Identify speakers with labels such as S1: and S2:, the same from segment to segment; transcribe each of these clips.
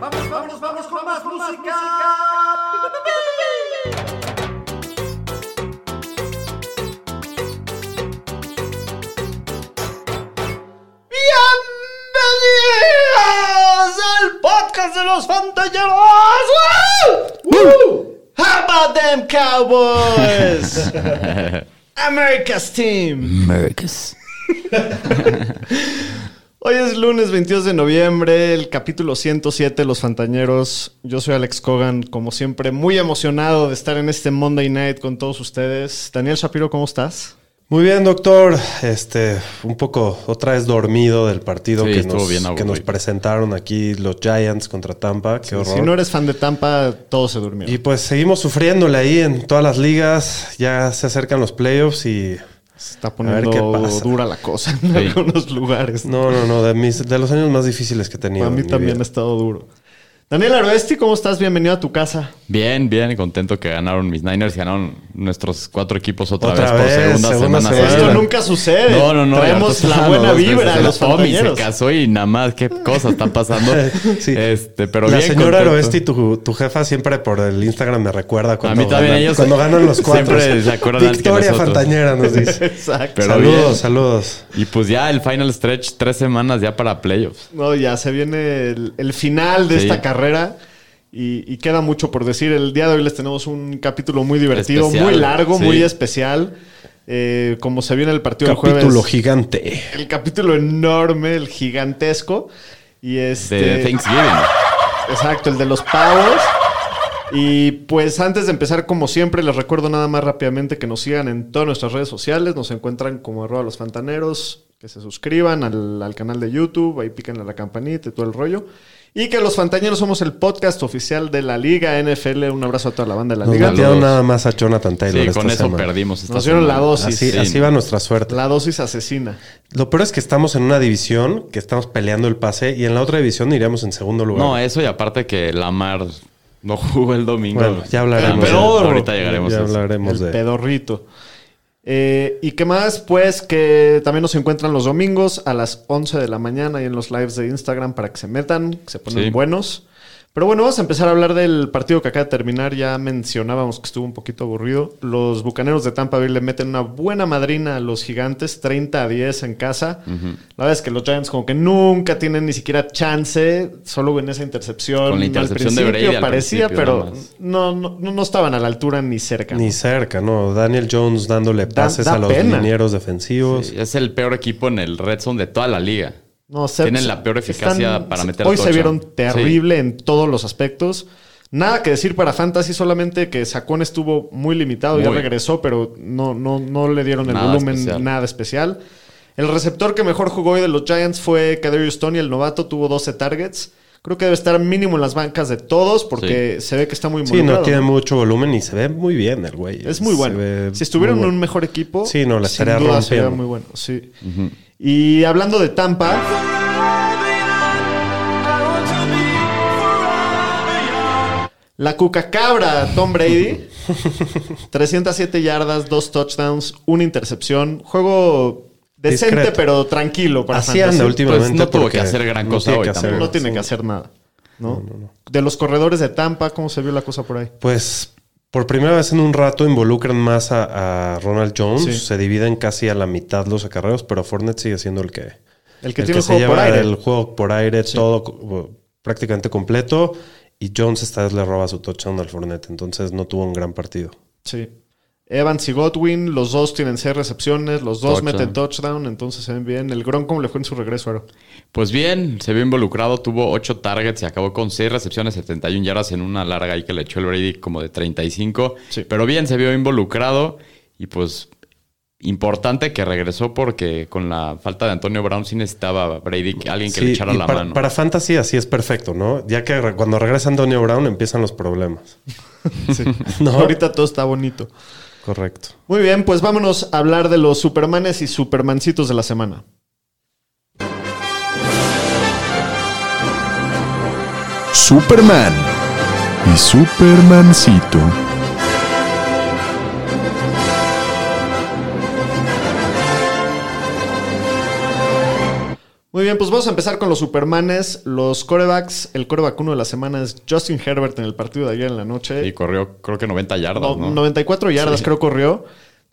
S1: Vamos, vamos, vamos con más música.
S2: Bienvenidos al podcast de los Fantañeros. ¡Woo! ¡Woo! How about them Cowboys? America's Team.
S3: Americas.
S2: Hoy es lunes 22 de noviembre, el capítulo 107 de Los Fantañeros. Yo soy Alex Cogan, como siempre, muy emocionado de estar en este Monday Night con todos ustedes. Daniel Shapiro, ¿cómo estás?
S4: Muy bien, doctor. Este, un poco otra vez dormido del partido
S3: Sí,
S4: que,
S3: estuvo
S4: nos,
S3: bien
S4: que
S3: aburrido.
S4: nos presentaron aquí los Giants contra Tampa. Qué horror.
S2: Si no eres fan de Tampa, todo se durmió.
S4: Y pues seguimos sufriéndole ahí en todas las ligas. Ya se acercan los playoffs y.
S2: Se está
S4: ver
S2: poniendo
S4: qué pasa.
S2: dura la cosa en algunos lugares.
S4: No, no, no. De, mis, de los años más difíciles que he tenido.
S2: A mí
S4: en mi
S2: también ha
S4: vida.
S2: estado duro. Daniel Aroesti, ¿cómo estás? Bienvenido a tu casa.
S3: Bien, bien, contento que ganaron mis Niners, ganaron nuestros cuatro equipos otra,
S4: Otra
S3: vez por
S4: vez,
S3: segunda,
S4: segunda
S3: semana.
S4: semana.
S3: seguida.
S2: Esto nunca sucede.
S3: No, no, no.
S2: Traemos
S3: ya,
S2: la
S3: no,
S2: buena
S3: dos veces.
S2: vibra a los
S3: La Tommy se
S2: compañeros.
S3: casó y nada más, qué cosas están pasando.
S4: Sí.
S3: Este, pero
S4: la
S3: bien
S4: señora
S3: contento.
S4: Aroesti, tu, tu jefa, siempre por el Instagram me recuerda cuando,
S3: A mí también
S4: ganan,
S3: ellos
S4: cuando ganan los cuatro.
S3: siempre se acuerdan antes que
S4: Victoria
S3: nosotros.
S4: Fantañera nos dice.
S2: Exacto.
S3: Pero
S4: saludos,
S3: bien.
S4: saludos.
S3: Y pues ya el final stretch, tres semanas ya para playoffs.
S2: No, ya se viene el, el final de
S3: Sí.
S2: esta carrera y, y queda mucho por decir. El día de hoy les tenemos un capítulo muy divertido,
S3: Especial,
S2: muy largo,
S3: sí.
S2: muy especial. Eh, como se viene el partido del
S4: Capítulo
S2: jueves.
S4: gigante.
S2: El capítulo enorme, el gigantesco. Y este.
S3: De Thanksgiving.
S4: ah,
S2: Exacto, el de los pavos. Y pues antes de empezar, como siempre, les recuerdo nada más rápidamente que nos sigan en todas nuestras redes sociales. Nos encuentran como arroba los fantaneros, que se suscriban al, al canal de YouTube, ahí píquenle a la campanita y todo el rollo. Y que los fantaneros somos el podcast oficial de la Liga NFL. Un abrazo a toda la banda de la
S4: Nos
S2: Liga.
S3: metió-
S4: gatearon nada más a Jonathan Taylor.
S3: Sí,
S4: esta
S3: con eso
S4: semana.
S3: perdimos. esta
S2: Nos dieron la
S3: semana.
S2: dosis.
S4: Así,
S3: Sí,
S4: así va nuestra suerte.
S2: La dosis asesina.
S4: Lo peor es que estamos en una división que estamos peleando el pase y en la otra división iríamos en segundo lugar.
S3: No, eso y aparte que Lamar no jugó el domingo.
S4: Bueno, ya hablaremos.
S3: Pero
S4: de-
S3: ahorita llegaremos.
S4: Ya
S3: a eso.
S4: hablaremos
S2: El
S4: de.
S2: pedorrito. Eh, y qué más, pues que también nos encuentran los domingos a las 11 de la mañana y en los lives de Instagram para que se metan, que se ponen
S3: Sí.
S2: buenos. Pero bueno, vamos a empezar a hablar del partido que acaba de terminar. Ya mencionábamos que estuvo un poquito aburrido. Los bucaneros de Tampa Bay le meten una buena madrina a los gigantes, 30 a 10 en casa. La verdad es que los Giants, como que nunca tienen ni siquiera chance, solo en esa intercepción.
S3: Con la intercepción de Brady al
S2: parecía,
S3: principio,
S2: pero
S3: nada más.
S2: no, no, no estaban a la altura ni cerca. ¿no?
S4: Ni cerca, ¿no? Daniel Jones dándole
S2: Da-
S4: pases
S2: da
S4: a los
S2: pena.
S4: linieros defensivos.
S3: Sí, es el peor equipo en el red zone de toda la liga.
S2: No, se-
S3: Tienen la peor eficacia para meter
S2: Hoy se
S3: touchdown.
S2: vieron
S3: Sí.
S2: terrible en todos los aspectos. Nada que decir para Fantasy, solamente que Sacón estuvo muy limitado, ya
S3: Muy.
S2: regresó, pero no, no, no le dieron el
S3: Nada
S2: volumen
S3: especial.
S2: nada especial. El receptor que mejor jugó hoy de los Giants fue Kadarius Stone y el novato tuvo 12 targets. Creo que debe estar mínimo en las bancas de todos porque se ve que está muy
S4: Sí, no
S2: involucrado.
S4: tiene mucho volumen y se ve muy bien el güey.
S2: Es muy
S4: Se
S2: bueno.
S4: ve
S2: Si estuviera
S4: muy
S2: en un
S4: bueno.
S2: mejor equipo,
S4: Sí, no, la
S2: sin
S4: estaría
S2: duda sería
S4: rompiendo.
S2: muy bueno. Sí. Y hablando de Tampa, la cucacabra Tom Brady, 307 yardas, dos touchdowns, una intercepción, juego decente
S4: Discreto.
S2: pero tranquilo para
S4: Así
S2: Fantasy.
S4: anda últimamente.
S3: Pues no tuvo
S4: porque
S3: que hacer gran cosa
S4: tiene
S3: hoy
S4: que hacer-
S3: tampoco.
S2: No tiene que hacer nada. ¿no? De los corredores de Tampa, ¿cómo se vio la cosa por ahí?
S4: Pues por primera vez en un rato involucran más a, a Ronald Jones.
S2: Sí.
S4: Se dividen casi a la mitad los acarreos, pero Fornet sigue siendo el que,
S2: El que tiene el juego
S4: se
S2: por
S4: lleva
S2: aire.
S4: el juego por aire, todo co- prácticamente completo. Y Jones esta vez le roba su touchdown al Fornet. Entonces no tuvo un gran partido.
S2: Sí. Evans y Godwin, los dos tienen seis recepciones, los dos
S3: Touchdown.
S2: meten touchdown, entonces se ven bien. El Gron, ¿cómo le fue en su regreso, Aro?
S3: Pues bien, se vio involucrado, tuvo 8 targets y acabó con 6 recepciones, 71 yardas en una larga ahí que le echó el Brady como de 35.
S2: Sí.
S3: Pero bien, se vio involucrado y pues importante que regresó porque con la falta de Antonio Brown sí necesitaba Brady que- alguien que le
S4: Sí,
S3: echara
S4: y
S3: la
S4: para,
S3: mano.
S4: para Fantasy así es perfecto, ¿no? Ya que re- cuando regresa Antonio Brown empiezan los problemas.
S2: No. Ahorita todo está bonito.
S4: Correcto.
S2: Muy bien, pues vámonos a hablar de los Supermanes y Supermancitos de la semana.
S5: Superman y Supermancito.
S2: Muy bien, pues vamos a empezar con los Supermanes, los corebacks. El coreback uno de la semana es Justin Herbert en el partido de ayer en la noche.
S3: Y corrió, creo que 90 yardas,
S2: No,
S3: ¿no?
S2: 94 yardas creo corrió.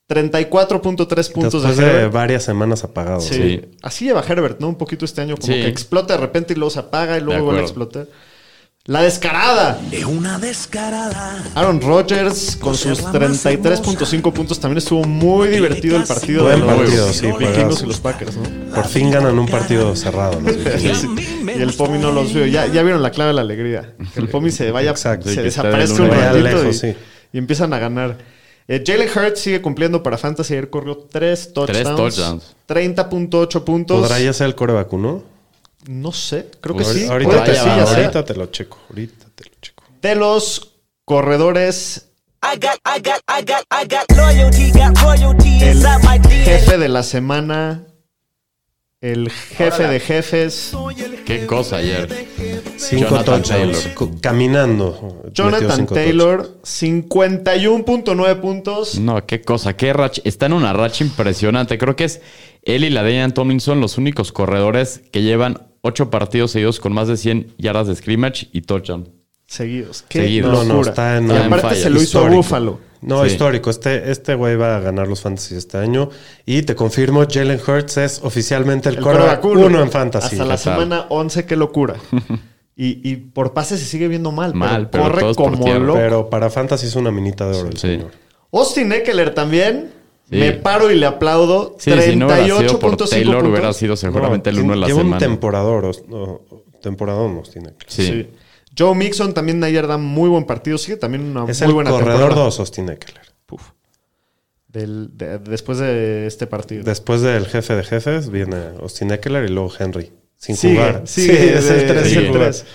S2: 34.3 puntos
S4: Después
S2: de
S4: de,
S2: Herbert.
S4: varias semanas apagados.
S2: Sí.
S3: Sí.
S2: Así lleva Herbert, ¿no? Un poquito este año, como
S3: Sí.
S2: que explota de repente y luego se apaga y luego
S3: De
S2: vuelve a
S3: acuerdo.
S2: explotar. La descarada.
S6: Es una descarada.
S2: Aaron Rodgers con sus 33.5 puntos también estuvo muy divertido el partido de
S4: Buen
S2: los
S4: partido, sí,
S2: vikingos
S4: juegazo.
S2: y los Packers, ¿no?
S4: Por fin ganan un partido cerrado. los Vikings.
S2: Sí. Y el Pomi no los vio. Ya, ya vieron la clave de la alegría. Que el Pomi se vaya,
S4: Exacto, y
S2: se
S3: que esté
S2: desaparezca
S3: en
S2: un
S3: un
S4: lugar
S2: ratito
S4: lejos,
S2: y,
S4: sí.
S2: y empiezan a ganar. Eh, Jalen Hurts sigue cumpliendo para Fantasy. Ayer corrió 3 touchdowns.
S3: touchdowns.
S2: 30.8 puntos.
S4: ¿Podrá ya ser el core vacuno?
S2: No sé, creo que
S3: Ahor-
S2: Pues sí.
S4: ahorita,
S2: puede que
S4: te,
S2: sí, ya sea.
S4: ahorita te lo checo. Ahorita te lo checo.
S2: De los corredores,
S7: I got, I got, I got, I got loyalty, got royalty
S2: el
S7: inside my DNA.
S2: jefe de la semana, el jefe de jefes,
S3: Qué cosa ayer.
S4: Cinco
S3: Jonathan
S4: touchdowns.
S3: Taylor.
S4: Co- Caminando. metió
S2: Jonathan
S4: cinco
S2: Taylor, 51.9 puntos.
S4: Mm.
S3: No, qué cosa, qué racha. Está en una racha impresionante. Creo que es él y la Daniel Tomlinson los únicos corredores que llevan ocho partidos seguidos con más de 100 yardas de scrimmage y touchdown.
S2: Seguidos. Qué
S3: Seguidos.
S4: No,
S2: locura.
S4: no, está en
S2: y
S4: una
S2: aparte
S3: falla.
S2: se lo hizo a
S4: Histórico.
S2: Búfalo.
S4: No,
S3: Sí.
S4: histórico. Este, este güey va a ganar los fantasy este año. Y te confirmo, Jalen Hurts es oficialmente el,
S2: El
S4: core
S2: quarterback
S4: vacuno uno en fantasy.
S2: Hasta la
S3: Fatal.
S2: semana 11, qué locura. Y, y por pase se sigue viendo mal, pero
S3: Mal, pero
S2: corre
S3: todos por
S2: como
S3: tierra.
S2: loco.
S4: Pero para fantasy es una minita de oro. el
S3: Sí.
S4: señor.
S2: Austin Eckler también.
S3: Sí.
S2: Me paro y le aplaudo.
S3: Sí, si no hubiera sido
S2: 38.5
S3: por Taylor,
S2: puntos.
S3: hubiera sido seguramente
S4: No, pues,
S3: el uno de la
S4: lleva
S3: semana.
S4: un temporador. os- no, temporadón nos tiene.
S3: Sí.
S2: Sí. Joe Mixon también ayer da muy buen partido. Sigue también una
S4: Es
S2: muy
S4: el
S2: buena
S4: corredor
S2: temporada
S4: 2, Austin Eckler.
S2: del- de- después de este partido.
S4: Después del jefe de jefes viene Austin Eckler y luego Henry. Sin
S2: Sigue,
S4: jugar.
S2: sigue
S4: sí, es el
S2: de-
S4: 3
S2: sigue
S4: sin
S2: el
S4: jugar.
S2: tres.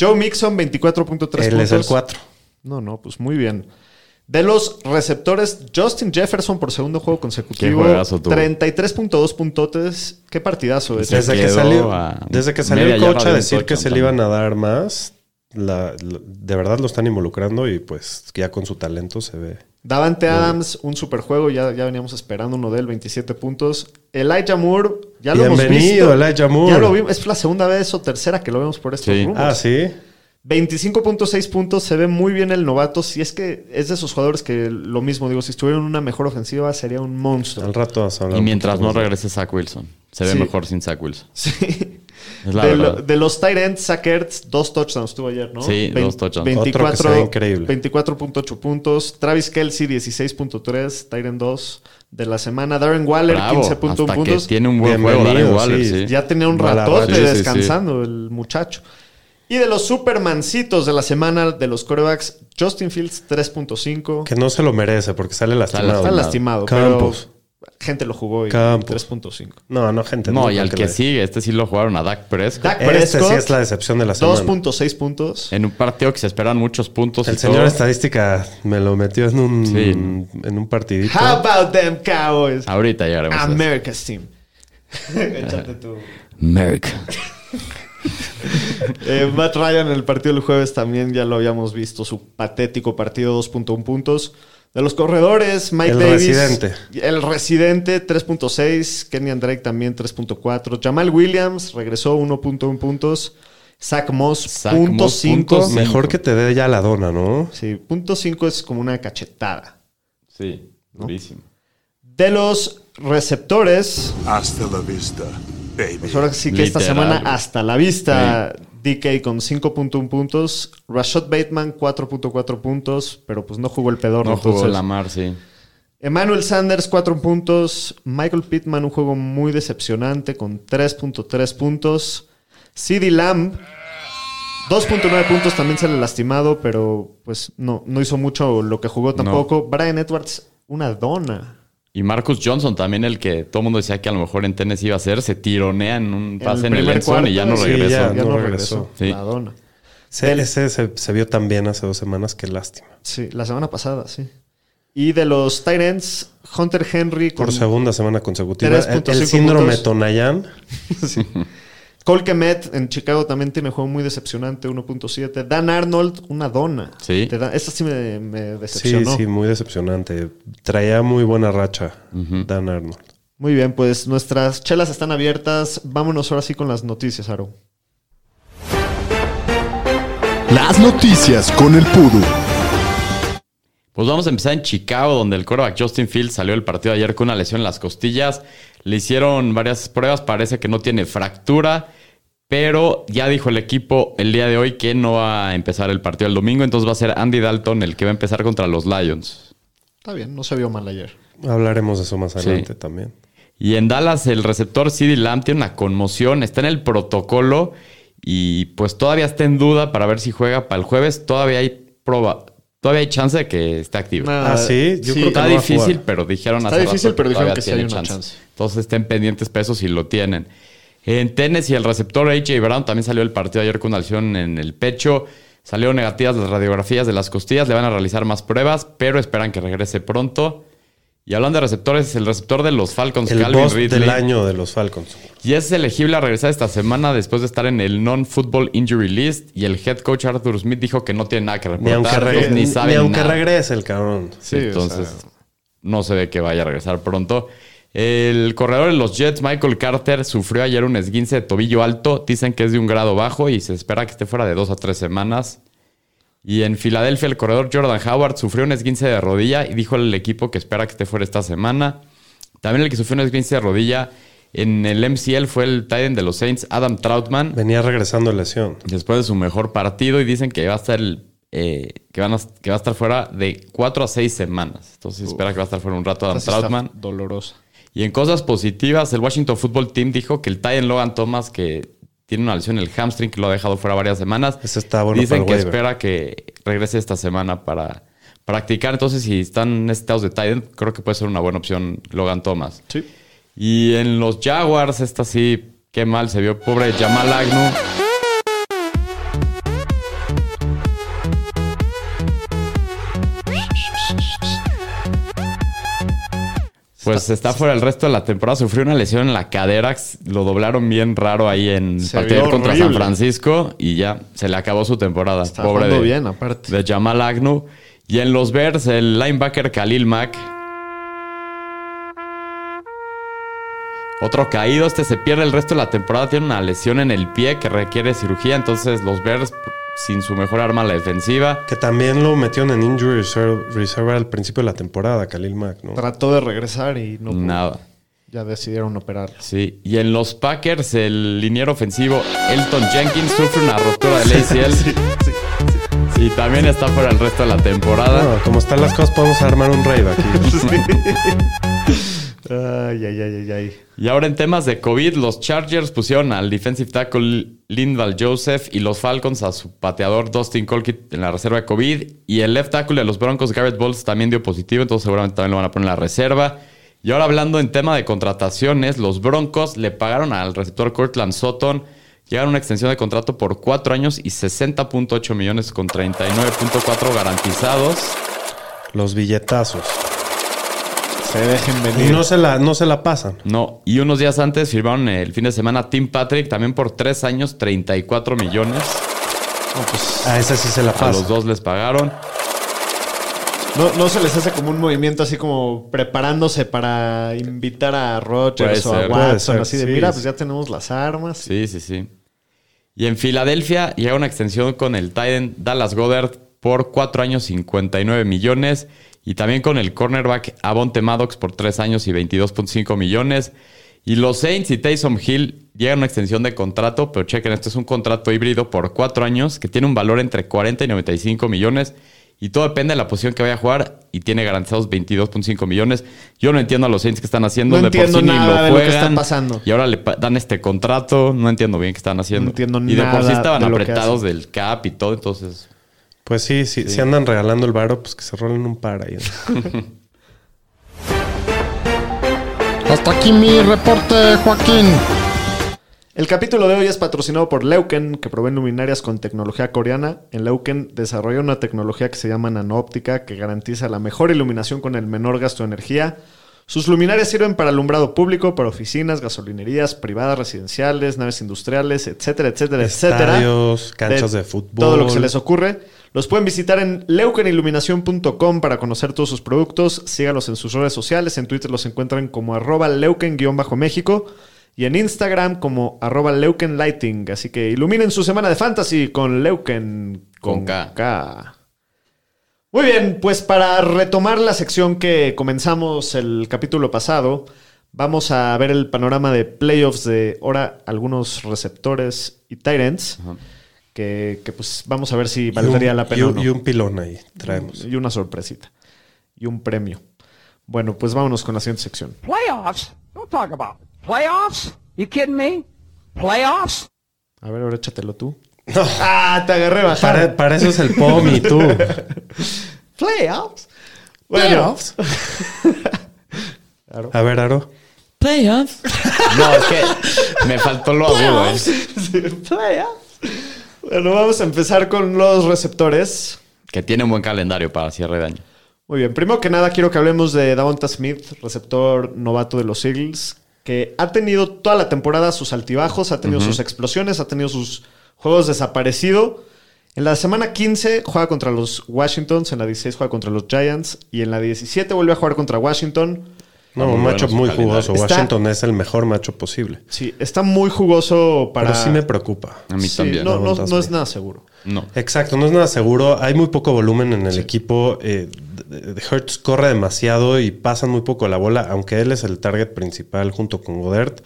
S2: Joe Mixon, 24.3
S4: Él
S2: puntos.
S4: es el 4.
S2: No, no, pues muy bien. De los receptores, Justin Jefferson por segundo juego consecutivo.
S3: Qué juegazo tuvo.
S2: 33.2 puntotes. Qué partidazo. de hecho.
S4: Desde que
S3: quedó
S4: salió,
S3: a
S4: desde que salió
S3: media
S4: el coach
S3: yarda
S4: a
S3: de
S4: decir
S3: un
S4: que se le
S3: touchdown
S4: iban a dar más, la- la- de verdad lo están involucrando y pues ya con su talento se ve.
S2: Davante Adams, un superjuego. Ya, ya veníamos esperando uno de él, 27 puntos. Elijah Moore, ya lo hemos visto.
S4: Bienvenido, Elijah Moore.
S2: Ya lo vimos. Es la segunda vez o tercera que lo vemos por estos
S3: Sí.
S2: rumos.
S4: Ah, sí.
S2: 25.6 puntos. Se ve muy bien el novato. Si es que es de esos jugadores que lo mismo, digo, si estuvieran en una mejor ofensiva sería un monstruo.
S4: Al rato vamos a hablar
S3: Y
S4: un
S3: mientras
S4: poquito
S3: no
S4: más.
S3: regrese Zach Wilson. Se ve
S2: Sí.
S3: mejor sin Zach Wilson.
S2: Sí.
S3: Es la
S2: de, lo-
S3: verdad.
S2: de los tight ends, Zach Ertz, dos touchdowns tuvo ayer, ¿no?
S3: Sí,
S2: Vein-
S3: dos touchdowns.
S4: Otro que se
S2: 24,
S4: ve increíble.
S2: 24.8 puntos. Travis Kelsey, 16.3. Tight end 2 de la semana. Darren Waller,
S3: Bravo.
S2: 15.1
S3: Hasta
S2: puntos.
S3: que tiene un buen juego
S4: Bienvenido,
S3: Darren Waller,
S4: sí.
S3: sí.
S2: Ya tenía un
S4: Mala
S2: ratote
S3: racha. Sí, sí,
S2: descansando el muchacho. Y de los supermancitos de la semana de los corebacks, Justin Fields 3.5.
S4: Que no se lo merece porque sale lastimado.
S2: Está lastimado,
S4: Campos.
S2: pero gente lo jugó y
S4: Campos.
S2: 3.5.
S4: No, no, gente.
S3: No,
S4: no
S3: y al
S4: creo
S3: que
S4: le-
S3: sigue, este sí lo jugaron a Dak Prescott.
S2: Dak
S4: Este
S2: Prescott,
S4: sí es la decepción de la semana.
S2: 2.6 puntos.
S3: En un partido que se esperan muchos puntos.
S4: El
S3: y
S4: señor
S3: todo.
S4: estadística me lo metió en un,
S3: Sí.
S4: en un partidito.
S2: How about them Cowboys?
S3: Ahorita llegaremos. a eso.
S2: America's team. Échate tú.
S3: America.
S2: Eh, Matt Ryan en el partido del jueves también ya lo habíamos visto. Su patético partido, 2.1 puntos. De los corredores, Mike
S4: El
S2: Davis.
S4: residente.
S2: El residente, 3.6. Kenyan Drake también, 3.4. Jamal Williams regresó, 1.1 puntos. Zach Moss,
S3: Zach
S2: punto
S3: Moss,
S2: cinco.
S3: punto cinco.
S4: Mejor que te dé ya la dona, ¿no?
S2: Sí, punto cinco es como una cachetada.
S3: Sí, durísimo.
S2: De los receptores,
S5: Hasta la vista, baby.
S2: Pues ahora sí que esta
S3: Literal,
S2: semana
S3: güey.
S2: hasta la vista. DK con 5.1 puntos. Rashad Bateman 4.4 puntos. Pero pues no jugó el pedor.
S3: No jugó
S2: entonces.
S3: Lamar, sí.
S2: Emmanuel Sanders 4 puntos. Michael Pittman un juego muy decepcionante con 3.3 puntos. CD Lamb 2.9 puntos también sale lastimado. Pero pues no, no hizo mucho lo que jugó tampoco. Brian Edwards una dona.
S3: Y Marcus Johnson también, el que todo el mundo decía que a lo mejor en Tenness iba a ser, se tironea en un pase en el
S2: primer
S3: end zone y ya no
S2: cuarto, sí,
S3: regresó.
S4: ya.
S2: Ya
S4: no
S2: no
S4: regresó.
S2: regresó.
S3: Sí.
S2: La dona.
S4: Se, ese se, se vio tan bien hace dos semanas, qué lástima.
S2: Sí, la semana pasada, sí. Y de los tight ends, Hunter Henry con
S4: Por segunda semana consecutiva. El,
S2: 3.5
S4: el síndrome
S2: puntos.
S4: Tonayan.
S2: Cole Kmet en Chicago también tiene un juego muy decepcionante, 1.7. Dan Arnold, una dona.
S3: Sí.
S2: Te da- esta sí me, me
S4: Sí,
S2: decepcionó.
S4: sí, muy decepcionante. Traía muy buena racha Dan Arnold.
S2: Muy bien, pues nuestras chelas están abiertas. Vámonos ahora sí con las noticias, Aro.
S5: Las noticias con el Pudu.
S3: Pues vamos a empezar en Chicago, donde el quarterback Justin Fields salió del partido ayer con una lesión en las costillas. Le hicieron varias pruebas, parece que no tiene fractura, pero ya dijo el equipo el día de hoy que no va a empezar el partido el domingo, entonces va a ser Andy Dalton el que va a empezar contra los Lions.
S2: Está bien, no se vio mal ayer.
S4: Hablaremos de eso más adelante
S3: Sí.
S4: también.
S3: Y en Dallas el receptor CeeDee Lamb tiene una conmoción, está en el protocolo y pues todavía está en duda para ver si juega para el jueves. Todavía hay proba- todavía hay chance de que esté activo.
S4: Ah, sí, yo creo que
S3: Está
S4: no va a
S3: difícil,
S4: jugar.
S3: pero dijeron
S2: Está
S3: hace rato
S2: difícil, pero dijeron
S3: todavía
S2: que sí hay
S3: tiene
S2: una chance.
S3: Entonces estén pendientes pesos si lo tienen. En Tennessee, el receptor AJ Brown también salió del partido ayer con una lesión en el pecho. Salieron negativas las radiografías de las costillas. Le van a realizar más pruebas, pero esperan que regrese pronto. Y hablando de receptores, el receptor de los Falcons,
S4: El
S3: Calvin
S4: boss
S3: Ridley,
S4: del año de los Falcons.
S3: y es elegible a regresar esta semana después de estar en el Non-Football Injury List. Y el head coach Arthur Smith dijo que no tiene nada que
S4: Ni
S3: reportar.
S4: aunque,
S3: pues,
S4: regre-
S3: ni
S4: ni
S3: saben
S4: aunque
S3: nada.
S4: regrese el cabrón.
S2: Sí,
S3: Entonces,
S2: o sea,
S3: no se ve que vaya a regresar pronto. El corredor de los Jets, Michael Carter, sufrió ayer un esguince de tobillo alto. Dicen que es de un grado bajo y se espera que esté fuera de dos a tres semanas. Y en Filadelfia, el corredor Jordan Howard sufrió un esguince de rodilla y dijo al equipo que espera que esté fuera esta semana. También el que sufrió un esguince de rodilla en el MCL fue el Titan de los Saints, Adam Troutman
S4: Venía regresando de lesión.
S3: después de su mejor partido y dicen que va a estar el, eh, que, van a- que va a estar fuera de 4 a 6 semanas. Entonces espera que va a estar fuera un rato Adam
S2: esta sí está
S3: Troutman.
S2: Dolorosa.
S3: Y en cosas positivas, el Washington Football Team dijo que el Tyen Logan Thomas, que tiene una lesión en el hamstring que lo ha dejado fuera varias semanas,
S4: Ese está bueno
S3: dicen que
S4: para el waiver.
S3: espera que regrese esta semana para practicar. Entonces, si están necesitados de Tyen, creo que puede ser una buena opción Logan Thomas.
S2: Sí.
S3: Y en los Jaguars, esta sí, qué mal se vio. Pobre Jamal Agnew. Pues está fuera el resto de la temporada. Sufrió una lesión en la cadera. Lo doblaron bien raro ahí en
S2: Se
S3: partido
S2: vio
S3: contra San
S2: horrible.
S3: Francisco. Y ya se le acabó su temporada.
S2: Está
S3: Pobre
S2: jugando
S3: de,
S2: bien, aparte.
S3: de Jamal Agnew. Y en los Bears, el linebacker Khalil Mack. Otro caído, este se pierde el resto de la temporada, tiene una lesión en el pie que requiere cirugía, entonces los Bears sin su mejor arma a la defensiva.
S4: Que también lo metieron en Injury Reserve, reserve al principio de la temporada, Khalil Mack, ¿no?
S2: Trató de regresar y no pudo.
S3: Nada.
S2: Ya decidieron operarlo.
S3: Sí, y en los Packers el liniero ofensivo Elton Jenkins sufre una ruptura del ACL y también está fuera el resto de la temporada.
S4: Ah, como están las cosas, podemos armar un raid aquí.
S2: Ay, ay, ay, ay, ay.
S3: Y ahora en temas de COVID, los Chargers pusieron al defensive tackle Linval Joseph y los Falcons a su pateador Dustin Colquitt en la reserva de COVID. Y el left tackle de los Broncos, Garrett Bowles, también dio positivo, entonces seguramente también lo van a poner en la reserva. Y ahora hablando en tema de contrataciones, los Broncos le pagaron al receptor Cortland Sutton, llegaron a una extensión de contrato por 4 años y 60.8 millones con 39.4 garantizados.
S4: Los billetazos.
S2: Se dejen
S4: Y
S2: venir.
S4: no se la, no se la pasan.
S3: No, y unos días antes firmaron el fin de semana a Tim Patrick, también por 3 años, 34 millones.
S2: pues,
S4: A esa sí se la
S3: A los
S4: pasan.
S3: dos les pagaron.
S2: No, no se les hace como un movimiento así como preparándose para invitar a Rogers
S3: Puede
S2: o a
S3: ser,
S4: puede
S2: Watson,
S4: ser,
S2: así de
S4: sí.
S2: mira, pues ya tenemos las armas.
S3: Sí, sí, sí. Y en Filadelfia llega una extensión con el Titan Dallas Goddard por 4 años 59 millones. Y también con el cornerback Avonte Maddox por 3 años y 22.5 millones. Y los Saints y Taysom Hill llegan a una extensión de contrato, pero chequen, esto es un contrato híbrido por 4 años que tiene un valor entre 40 y 95 millones. Y todo depende de la posición que vaya a jugar y tiene garantizados 22.5 millones. Yo no entiendo a los Saints que están haciendo.
S2: No
S3: de por
S2: entiendo
S3: sí ni
S2: nada
S3: lo
S2: de lo que está
S3: juegan.
S2: pasando.
S3: Y ahora le pa- dan este contrato, no entiendo bien qué están haciendo.
S2: No entiendo
S3: y de por sí
S2: nada
S3: estaban
S2: de lo que
S3: apretados del cap y todo, entonces.
S4: Pues sí, sí, si andan regalando el varo, pues que se rolen un par ahí.
S8: Hasta aquí mi reporte, Joaquín.
S2: El capítulo de hoy es patrocinado por Leuken, que provee luminarias con tecnología coreana. En Leuken desarrolla una tecnología que se llama nanoóptica, que garantiza la mejor iluminación con el menor gasto de energía. Sus luminarias sirven para alumbrado público, para oficinas, gasolinerías, privadas, residenciales, naves industriales, etcétera, etcétera,
S4: Estadios,
S2: etcétera.
S4: canchas de fútbol.
S2: Todo lo que se les ocurre. Los pueden visitar en leukeniluminación.com para conocer todos sus productos. Síganos en sus redes sociales. En Twitter los encuentran como arroba leuken-méxico y en Instagram como arroba leukenlighting. Así que iluminen su semana de fantasy con leuken
S3: Con K.
S2: K. Muy bien, pues para retomar la sección que comenzamos el capítulo pasado, vamos a ver el panorama de playoffs de ahora algunos receptores y Tyrants. Que, que, pues vamos a ver si
S4: Y
S2: valdría
S4: un-
S2: la pena.
S4: Y,
S2: o
S4: un-
S2: no. Mm.
S4: y un pilón ahí traemos.
S2: Y una sorpresita. Y un premio. Bueno, pues vámonos con la siguiente sección.
S8: Playoffs? Don't talk about it. playoffs. You kidding me? Playoffs?
S2: A ver, ahora échatelo tú. Ah, te agarré bajar.
S4: Para, para eso es el POMI, tú.
S2: Playoffs. Bueno,
S4: Playoffs. A ver, Aro.
S3: Playoffs. No, es que me faltó lo agudo, ¿eh?
S2: Sí, playoffs. Bueno, vamos a empezar con los receptores.
S3: Que tiene un buen calendario para cierre de año.
S2: Muy bien, primero que nada quiero que hablemos de Davonta Smith, receptor novato de los Eagles, que ha tenido toda la temporada sus altibajos, ha tenido sus explosiones, ha tenido sus juegos desaparecido. En la semana 15 juega contra los Washingtons, en la 16 juega contra los Giants y en la 17 vuelve a jugar contra Washington.
S4: No,
S3: Muy
S4: un
S3: bueno
S4: macho
S3: su
S4: muy
S3: calendario.
S4: jugoso.
S2: Está-
S4: Washington es el mejor macho posible.
S2: Sí, está muy jugoso para...
S4: Pero sí me preocupa.
S3: A mí
S2: Sí,
S3: también.
S2: No, no,
S4: Davonta
S2: no es
S4: Smith.
S2: nada seguro.
S3: No.
S4: Exacto, no es nada seguro. Hay muy poco volumen en el equipo. eh, de- de- de- Hurts corre demasiado y pasan muy poco la bola, aunque él es el target principal junto con Godert.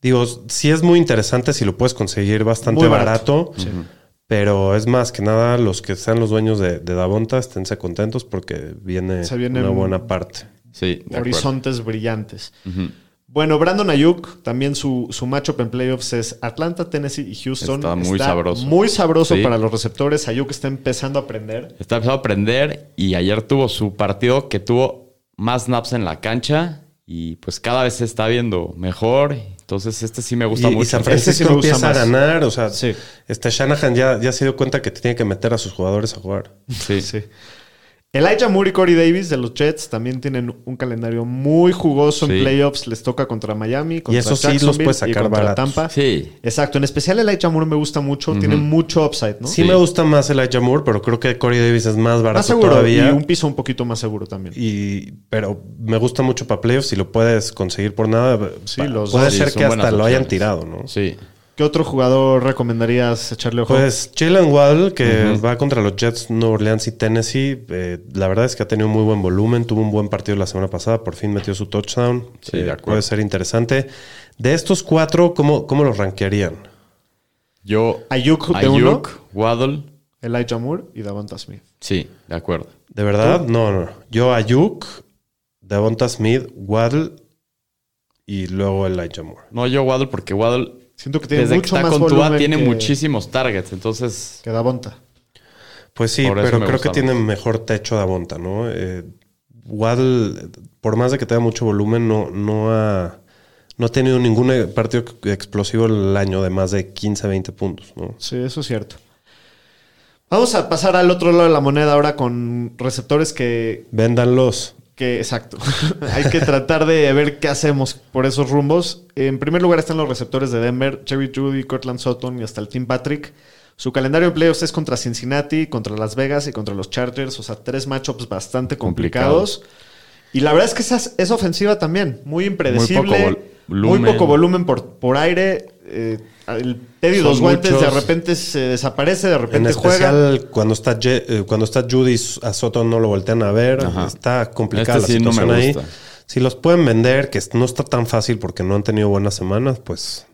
S4: Digo, sí es muy interesante si lo puedes conseguir bastante
S2: Muy barato,
S4: barato, pero es más que nada los que sean los dueños de, de Davonta esténse contentos porque viene
S2: Se viene
S4: una
S2: un-
S4: buena parte.
S3: Sí. de acuerdo.
S2: horizontes brillantes. Bueno, Brandon Ayuk, también su, su matchup en playoffs es Atlanta, Tennessee y Houston.
S3: Está muy sabroso.
S2: Muy sabroso
S3: Sí.
S2: para los receptores. Ayuk está empezando a aprender.
S3: Está empezando a aprender y ayer tuvo su partido que tuvo más snaps en la cancha y pues cada vez se está viendo mejor. Entonces este sí me gusta
S4: Y, y
S3: mucho.
S4: San
S2: Este sí
S4: Francisco
S2: me gusta
S4: empieza a
S2: más.
S4: ganar, o sea,
S2: Sí.
S4: este Shanahan ya, ya se dio cuenta que tiene que meter a sus jugadores a jugar.
S3: Sí.
S2: Sí. Elijah Moore y Corey Davis de los Jets también tienen un calendario muy jugoso en
S3: Sí.
S2: playoffs. Les toca contra Miami, contra
S4: esos sí los
S2: Jacksonville
S4: puedes sacar
S2: y contra
S4: baratos.
S2: Tampa.
S3: Sí.
S2: Exacto. En especial Elijah Moore me gusta mucho. Tiene mucho upside, ¿no?
S4: Sí, me gusta más el Moore, pero creo que Corey Davis es más barato
S2: Más seguro
S4: todavía.
S2: y un piso un poquito más seguro también.
S4: Y- pero me gusta mucho para playoffs. Si lo puedes conseguir por nada,
S2: Sí,
S4: pa-
S2: los
S4: puede
S2: dos.
S3: Sí,
S4: ser
S3: son
S4: que hasta
S3: buenas
S4: lo hayan
S3: opciones.
S4: tirado, ¿no?
S3: Sí.
S2: ¿Qué otro jugador recomendarías echarle ojo?
S4: Pues Jalen Waddle, que va contra los Jets, Nueva Orleans y Tennessee, eh, la verdad es que ha tenido muy buen volumen, tuvo un buen partido la semana pasada, por fin metió su touchdown. Eh,
S3: Sí, de acuerdo.
S4: Puede ser interesante. De estos cuatro, ¿cómo, cómo los rankearían?
S3: Yo.
S2: Ayuk de
S3: Ayuk,
S2: uno.
S3: Waddle.
S2: Elijah Moore y Davonta Smith.
S3: Sí, de acuerdo.
S4: ¿De verdad? No, no. Yo Ayuk, Davonta Smith, Waddle y luego el Moore.
S3: No, yo Waddle porque Waddle
S2: Siento que tiene
S3: desde que
S2: mucho
S3: está
S2: más
S3: con Tua
S2: volumen
S3: tiene
S2: que,
S3: muchísimos targets. Entonces,
S2: que Davonta.
S4: Pues sí,
S3: Por eso
S4: pero
S3: me
S4: creo
S3: gusta
S4: que tiene
S3: más.
S4: mejor techo Davonta, ¿no? Eh, Waddle, por más de que tenga mucho volumen, no, no ha... No ha tenido ningún eh, partido explosivo el año de más de 15, 20 puntos, ¿no?
S2: Sí, eso es cierto. Vamos a pasar al otro lado de la moneda ahora con receptores que,
S4: Véndanlos.
S2: que exacto. Hay que tratar de ver qué hacemos por esos rumbos. En primer lugar están los receptores de Denver, Cherry Judy, Cortland Sutton y hasta el Team Patrick. Su calendario en playoffs es contra Cincinnati, contra Las Vegas y contra los Chargers. O sea, tres matchups bastante complicados. Y la verdad es que esa es, es ofensiva también. Muy impredecible. Muy
S3: vol-
S2: poco volumen,
S3: volumen.
S2: por, por aire. eh, el Teddy
S3: Son
S2: dos guantes de
S3: muchos.
S2: repente se desaparece, de
S4: En
S2: repente juega.
S4: especial cuando está, Je- eh, cuando está Judy, a Soto no lo voltean a ver.
S3: Ajá.
S4: Está complicada
S3: Este
S4: la
S3: sí no me
S4: situación ahí.
S3: gusta.
S4: Si los pueden vender, que no está tan fácil porque no han tenido buenas semanas, pues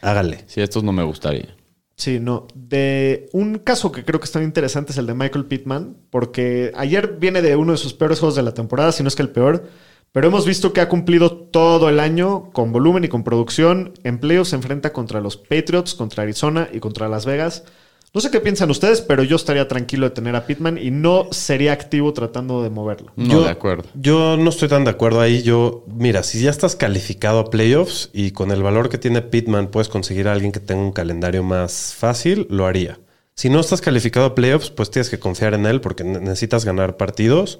S4: hágale.
S3: sí, estos no me gustaría.
S2: Sí, no. De un caso que creo que está interesante es el de Michael Pittman, porque ayer viene de uno de sus peores juegos de la temporada, si no es que el peor. Pero hemos visto que ha cumplido todo el año con volumen y con producción. En playoffs se enfrenta contra los Patriots, contra Arizona y contra Las Vegas. No sé qué piensan ustedes, pero yo estaría tranquilo de tener a Pittman y no sería activo tratando de moverlo.
S3: No,
S4: Yo-
S3: de acuerdo.
S4: Yo no estoy tan de acuerdo ahí. Yo, mira, si ya estás calificado a playoffs y con el valor que tiene Pittman puedes conseguir a alguien que tenga un calendario más fácil, lo haría. Si no estás calificado a playoffs, pues tienes que confiar en él porque ne- necesitas ganar partidos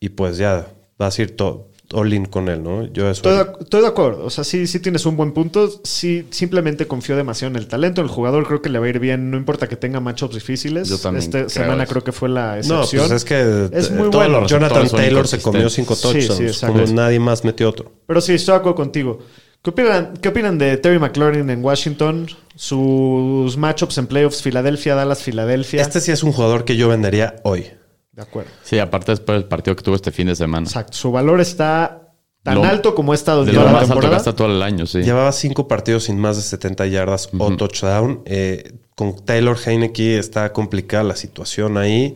S4: y pues ya vas a ir todo all in con él, ¿no? Yo eso.
S2: Estoy de, estoy de acuerdo. O sea, sí, sí tienes un buen punto. Sí, simplemente confío demasiado en el talento. El jugador creo que le va a ir bien. No importa que tenga matchups difíciles.
S3: Yo también
S2: Esta
S3: creo
S2: semana
S3: eso.
S2: creo que fue la
S4: no,
S2: excepción.
S4: pues es que
S2: Es
S4: eh,
S2: muy
S4: todo
S2: bueno.
S4: lo- Jonathan
S3: Todos son
S4: Taylor se
S3: inconsistentes.
S4: comió cinco
S2: Sí, sí,
S4: touchdowns,
S2: exacto.
S4: como nadie más metió otro.
S2: Pero sí, estoy de acuerdo contigo. ¿Qué opinan, ¿Qué opinan de Terry McLaurin en Washington? Sus matchups en playoffs, Filadelfia, Dallas, Filadelfia.
S4: Este sí es un jugador que yo vendería hoy.
S2: De acuerdo.
S3: Sí, aparte después del partido que tuvo este fin de semana.
S2: Exacto. Su valor está tan
S3: Lo-
S2: alto como ha estado
S3: De
S2: en
S3: lo
S2: toda la
S3: más alto que
S2: temporada.
S3: hasta todo el año, sí.
S4: Llevaba cinco partidos sin más de 70 yardas o touchdown. Eh, con Taylor Heineke está complicada la situación ahí.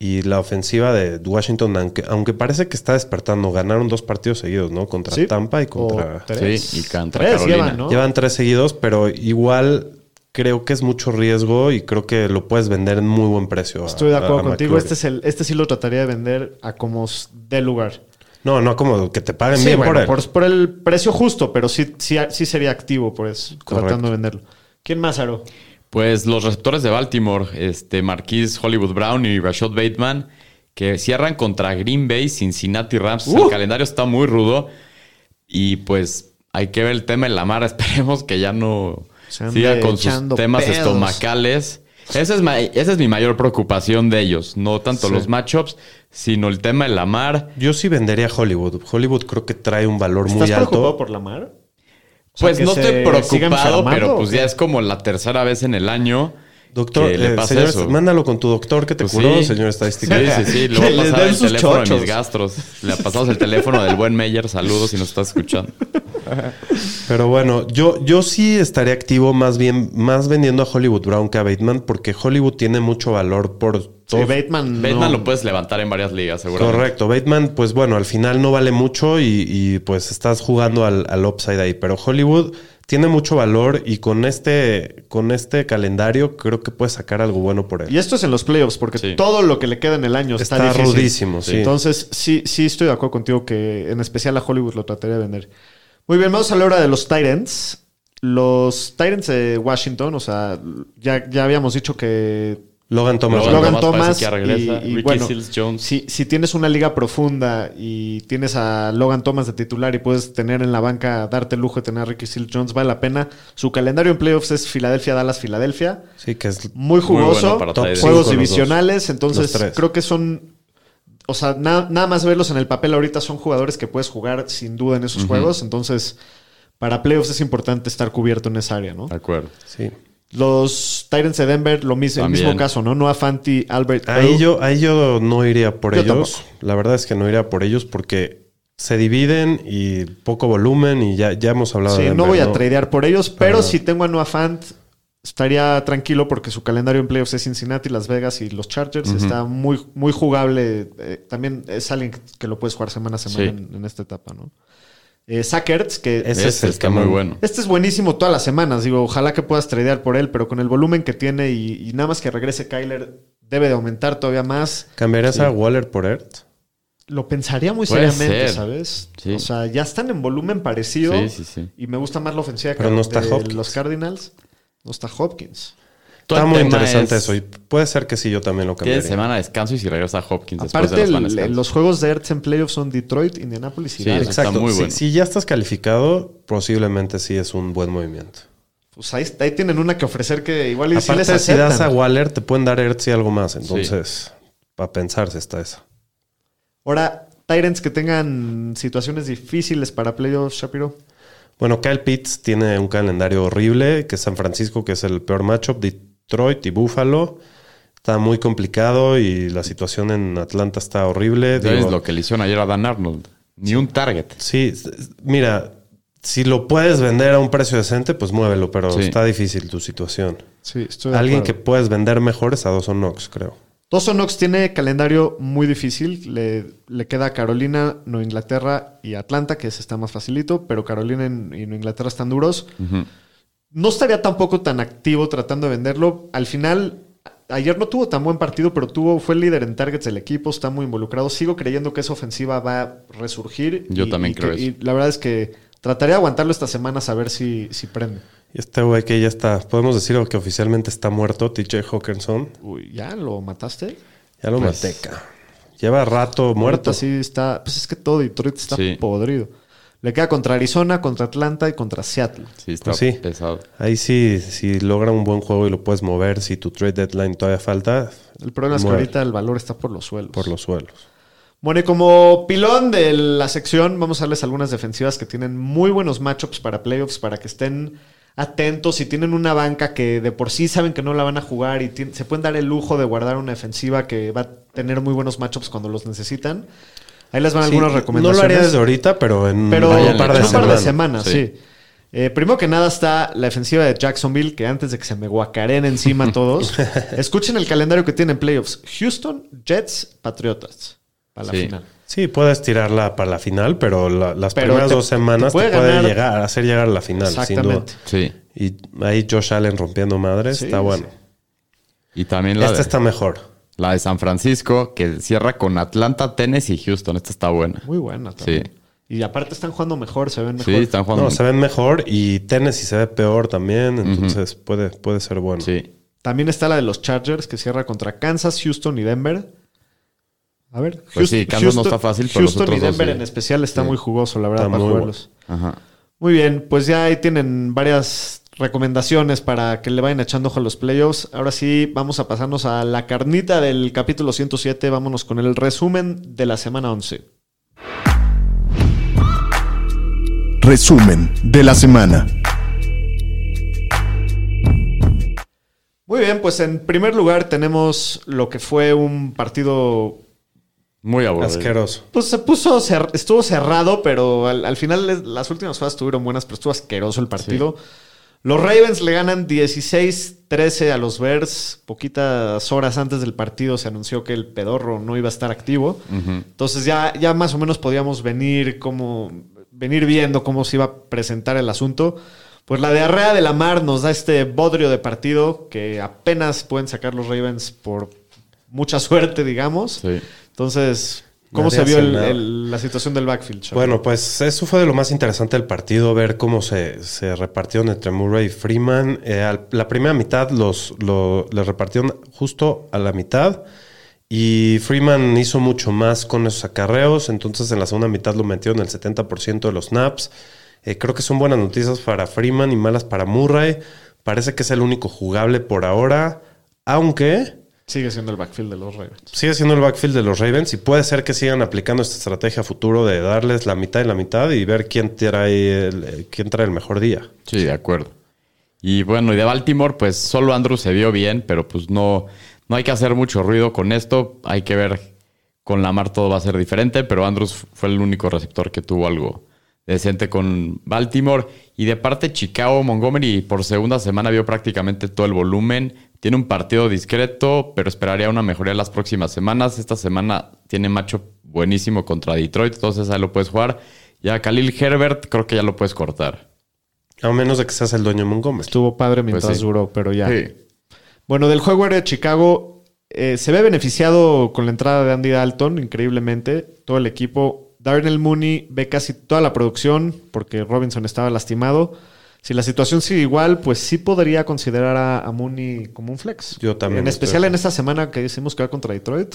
S4: Y la ofensiva de Washington, aunque, aunque parece que está despertando, ganaron dos partidos seguidos, ¿no? Contra
S2: Sí.
S4: Tampa y
S2: O
S4: contra.
S2: tres.
S3: Sí, y contra
S2: Tres
S3: Carolina.
S2: llevan, ¿no?
S4: Llevan tres seguidos, pero igual creo que es mucho riesgo y creo que lo puedes vender en muy buen precio. a-
S2: Estoy de
S4: a-
S2: acuerdo
S4: a
S2: contigo.
S4: McClure.
S2: Este, es el, este sí lo trataría de vender a como s- dé lugar.
S4: No, no, como que te paguen
S2: Sí,
S4: bien
S2: bueno,
S4: por él.
S2: por, por el precio justo, pero sí, sí, sí sería activo por eso,
S4: Correcto.
S2: tratando de venderlo. ¿Quién más, Aro?
S3: Pues los receptores de Baltimore, este Marquise Hollywood Brown y Rashad Bateman, que cierran contra Green Bay, Cincinnati Rams.
S2: Uh.
S3: El calendario está muy rudo. Y pues hay que ver el tema de la mar. Esperemos que ya no
S2: Se ande
S3: siga con sus
S2: echando
S3: temas
S2: pedos.
S3: estomacales. Esa es, ma- esa es mi mayor preocupación de ellos. No tanto los matchups, sino el tema de la mar.
S4: Yo sí vendería a Hollywood. Hollywood creo que trae un valor muy
S2: ¿Estás preocupado
S4: alto.
S2: por la mar? O sea,
S3: Pues
S2: que
S3: no
S2: se
S3: estoy
S2: siga
S3: preocupado,
S2: enfermando,
S3: pero
S2: ¿o
S3: pues
S2: qué?
S3: ya es como la tercera vez en el año.
S4: Doctor,
S3: que le
S4: eh,
S3: pasa
S4: señor,
S3: eso.
S4: mándalo con tu doctor que te
S3: Pues
S4: curó,
S3: sí.
S4: señor estadístico.
S3: Sí, sí, sí. Le
S4: Que
S3: voy a
S4: les
S3: pasar
S4: den
S3: el
S4: sus
S3: teléfono de
S4: chochos.
S3: mis gastros. Le pasamos el teléfono del buen Meyer. Saludos si nos estás escuchando.
S4: Pero bueno, yo, yo sí estaría activo más bien, más vendiendo a Hollywood Brown que a Bateman, porque Hollywood tiene mucho valor por todo.
S2: Sí, Bateman.
S3: Bateman
S2: no.
S3: lo puedes levantar en varias ligas, seguramente.
S4: Correcto, Bateman, pues bueno, al final no vale mucho y, y, pues estás jugando al, al upside ahí. Pero Hollywood tiene mucho valor y con este, con este calendario creo que puedes sacar algo bueno por él.
S2: Y esto es en los playoffs, porque
S3: Sí.
S2: todo lo que le queda en el año está,
S4: Está
S2: difícil.
S4: rudísimo, sí.
S2: Entonces, sí, sí estoy de acuerdo contigo que en especial a Hollywood lo trataría de vender. Muy bien, vamos a la hora de los Titans. Los Titans de Washington, o sea, ya, ya habíamos dicho que
S4: Logan Thomas.
S3: Logan
S2: Logan
S3: Thomas
S2: Thomas,
S3: parece que regresa.
S2: y, y
S3: Ricky
S2: bueno,
S3: Seals Jones.
S2: Si, si tienes una liga profunda y tienes a Logan Thomas de titular y puedes tener en la banca, darte el lujo de tener a Ricky Seals Jones, vale la pena. Su calendario en playoffs es Filadelfia, Dallas, Filadelfia
S4: Sí, que es
S3: Mm.
S2: muy jugoso,
S3: bueno para
S4: top cinco
S3: Titans.
S4: los
S2: juegos
S4: dos.
S2: divisionales,
S4: Los tres.
S2: entonces creo que son, o sea, na- nada más verlos en el papel ahorita son jugadores que puedes jugar sin duda en esos juegos, entonces para playoffs es importante estar cubierto en esa área, ¿no?
S3: De acuerdo.
S4: sí.
S2: Los Titans de Denver, lo mismo, el
S3: También.
S2: mismo caso, ¿no? Noah Fanti, Albert.
S4: Ahí
S2: Elwell.
S4: yo, ahí yo no iría por
S2: Yo
S4: ellos.
S2: tampoco.
S4: La verdad es que no iría por ellos porque se dividen y poco volumen y ya, ya hemos hablado
S2: Sí,
S4: de
S2: no
S4: Denver,
S2: voy a tradear por ellos, pero
S4: Ajá.
S2: si tengo a Noah Fant, estaría tranquilo porque su calendario en playoffs es Cincinnati, Las Vegas y los Chargers. Está muy, muy jugable. Eh, también es alguien que lo puedes jugar semana a semana
S3: Sí.
S2: en, en esta etapa, ¿no? Eh, Zach Ertz, que
S4: Ese
S3: Ese
S4: es el
S3: está
S4: que
S3: muy
S4: manda.
S3: bueno.
S2: este es buenísimo todas las semanas. Digo, ojalá que puedas tradear por él, pero con el volumen que tiene y, y nada más que regrese Kyler, debe de aumentar todavía más.
S4: ¿Cambiarías a Waller por Ert?
S2: Lo pensaría muy
S3: Puede
S2: seriamente,
S3: ser.
S2: ¿sabes?
S3: Sí.
S2: O sea, ya están en volumen parecido.
S3: Sí, sí, sí.
S2: Y me gusta más la ofensiva
S4: Pero
S2: que
S4: no está
S2: de
S4: Hopkins.
S2: los Cardinals. No está Hopkins.
S3: Todo
S4: Está
S3: el
S4: muy
S3: tema
S4: interesante
S3: es,
S4: eso. Y puede ser que sí, yo también lo
S3: Tiene
S4: cambiaría.
S3: semana de descanso y si regresa Hopkins después
S2: Aparte,
S3: de la semana de
S2: el-
S3: descanso.
S2: los juegos de Ertz en playoffs son Detroit, Indianapolis y
S3: Sí,
S2: Dallas.
S3: eso está
S4: Exacto.
S3: muy
S4: Si-
S3: bueno.
S4: Si, ya estás calificado, posiblemente sí es un buen movimiento.
S2: Pues ahí, ahí tienen una que ofrecer que igual y sí les
S4: Aparte, si
S2: aceptan.
S4: das a Waller, te pueden dar Ertz y algo más. Entonces, para pensarse está esa.
S2: Ahora, Tyrants que tengan situaciones difíciles para playoffs, Shapiro.
S4: Bueno, Kyle Pitts tiene un calendario horrible, que es San Francisco, que es el peor matchup, Detroit y Buffalo. Está muy complicado y la situación en Atlanta está horrible.
S3: Ya ves
S4: Digo,
S3: lo que le hicieron ayer a Dan Arnold. Ni un target.
S4: Sí, s- s- mira, si lo puedes vender a un precio decente, pues muévelo, pero
S3: Sí.
S4: está difícil tu situación.
S2: Sí, estoy
S4: Alguien que puedes vender mejor es a Dawson Knox, creo.
S2: Dawson Knox tiene calendario muy difícil. Le, le queda a Carolina, Nueva Inglaterra y Atlanta, que ese está más facilito, pero Carolina en- y Nueva Inglaterra están duros. No estaría tampoco tan activo tratando de venderlo. Al final, Ayer no tuvo tan buen partido, pero tuvo, fue el líder en targets del equipo, está muy involucrado. Sigo creyendo que esa ofensiva va a resurgir.
S3: Yo también creo
S2: que-
S3: eso.
S2: Y la verdad es que trataré de aguantarlo esta semana a ver si, si prende.
S4: Y este güey que ya está, podemos decir que oficialmente está muerto, TJ Hawkinson.
S2: Uy, ¿ya lo mataste?
S4: Ya lo
S3: Pues-
S4: mateca. Lleva rato muerto.
S2: Ahorita sí está. Pues es que todo Detroit está
S3: Sí.
S2: podrido. Le queda contra Arizona, contra Atlanta y contra Seattle.
S3: Sí, está
S4: Pues sí.
S3: pesado.
S4: Ahí sí, si logra un buen juego y lo puedes mover, si tu trade deadline todavía falta,
S2: El problema es que
S4: Muere.
S2: ahorita el valor está por los suelos.
S4: por los suelos.
S2: Bueno, y como pilón de la sección, vamos a darles algunas defensivas que tienen muy buenos matchups para playoffs, para que estén atentos. Si tienen una banca que de por sí saben que no la van a jugar y tien- se pueden dar el lujo de guardar una defensiva que va a tener muy buenos matchups cuando los necesitan. Ahí les van
S4: Sí,
S2: algunas
S4: No
S2: recomendaciones.
S4: lo haría desde ahorita, pero en
S2: Pero
S4: un
S3: Váyanle,
S4: par de
S3: en
S2: un par de
S4: semanas.
S2: semanas, sí.
S3: Sí.
S2: Eh, primero que nada está la defensiva de Jacksonville, que antes de que se me guacaren encima a todos, escuchen el calendario que tienen playoffs. Houston, Jets, Patriotas. Para la
S3: Sí.
S2: final.
S4: Sí, puedes tirarla para la final, pero la- las
S2: Pero
S4: primeras
S2: te-
S4: dos semanas
S2: te
S4: te
S2: puede
S4: puede,
S2: ganar-
S4: llegar, hacer llegar a la final, sin duda.
S2: Exactamente.
S3: Sí.
S4: Y ahí Josh Allen rompiendo madres,
S2: Sí,
S4: está bueno.
S2: sí.
S3: Y también la,
S4: Esta
S3: de,
S4: está mejor.
S3: la de San Francisco, que cierra con Atlanta, Tennessee y Houston. Esta está buena.
S2: Muy buena
S3: Sí.
S2: también. Y aparte están jugando mejor, se ven mejor.
S3: Sí, están jugando.
S4: No, se ven mejor y Tennessee se ve peor también, entonces puede, puede ser bueno.
S3: Sí.
S2: También está la de los Chargers, que cierra contra Kansas, Houston y Denver. A ver,
S3: Pues sí, Kansas no está fácil, pero los
S2: Houston y
S3: otros dos
S2: Denver
S3: sí.
S2: en especial está muy jugoso, la verdad,
S4: Está
S2: para
S4: muy
S2: jugarlos.
S3: Ajá.
S2: Muy bien, pues ya ahí tienen varias recomendaciones para que le vayan echando ojo a los playoffs. Ahora sí, vamos a pasarnos a la carnita del capítulo 107. Vámonos con el resumen de la semana 11.
S5: Resumen de la semana.
S2: Muy bien, pues en primer lugar tenemos lo que fue un partido...
S3: Muy aburrido.
S4: Asqueroso.
S2: Pues se puso, cer- estuvo cerrado, pero al, al final es- las últimas fases estuvieron buenas, pero estuvo asqueroso el partido. Los Ravens le ganan 16-13 a los Bears. Poquitas horas antes del partido se anunció que el pedorro no iba a estar activo.
S3: Ujú.
S2: Entonces ya, ya más o menos podíamos venir como venir viendo cómo se iba a presentar el asunto. Pues la diarrea de la mar nos da este bodrio de partido que apenas pueden sacar los Ravens por mucha suerte, digamos.
S3: Sí.
S2: Entonces, ¿cómo
S4: Nadie
S2: se vio
S4: hace
S2: el-
S4: nada.
S2: el- la situación del backfield? Charlie?
S4: Bueno, pues eso fue de lo más interesante del partido, ver cómo se, se repartieron entre Murray y Freeman. Eh, al- la primera mitad los, lo- les repartieron justo a la mitad y Freeman hizo mucho más con esos acarreos, entonces en la segunda mitad lo metieron el 70% de los snaps. Eh, creo que son buenas noticias para Freeman y malas para Murray. Parece que es el único jugable por ahora, aunque
S2: sigue siendo el backfield de los Ravens.
S4: sigue siendo el backfield de los Ravens y puede ser que sigan aplicando esta estrategia a futuro de darles la mitad y la mitad y ver quién trae el, eh, quién trae el mejor día.
S3: Sí, de acuerdo. Y bueno, y de Baltimore, pues solo Andrew se vio bien, pero pues no, no hay que hacer mucho ruido con esto. Hay que ver, con Lamar todo va a ser diferente, pero Andrews fue el único receptor que tuvo algo decente con Baltimore. Y de parte Chicago, Montgomery por segunda semana vio prácticamente todo el volumen. Tiene un partido discreto, pero esperaría una mejoría las próximas semanas. Esta semana tiene macho buenísimo contra Detroit, entonces ahí lo puedes jugar. Y a Khalil Herbert creo que ya lo puedes cortar.
S4: A menos de que seas el dueño de Montgomery.
S2: Estuvo padre
S4: Pues
S2: mientras
S3: sí.
S2: duró, pero ya. Bueno, del juego aéreo de Chicago eh, se ve beneficiado con la entrada de Andy Dalton, increíblemente, todo el equipo. Darnell Mooney ve casi toda la producción porque Robinson estaba lastimado. Si la situación sigue igual, pues sí podría considerar a, a Mooney como un flex.
S4: Yo también
S2: En
S4: estoy
S2: especial
S4: de
S2: en esta semana que decimos que va contra Detroit,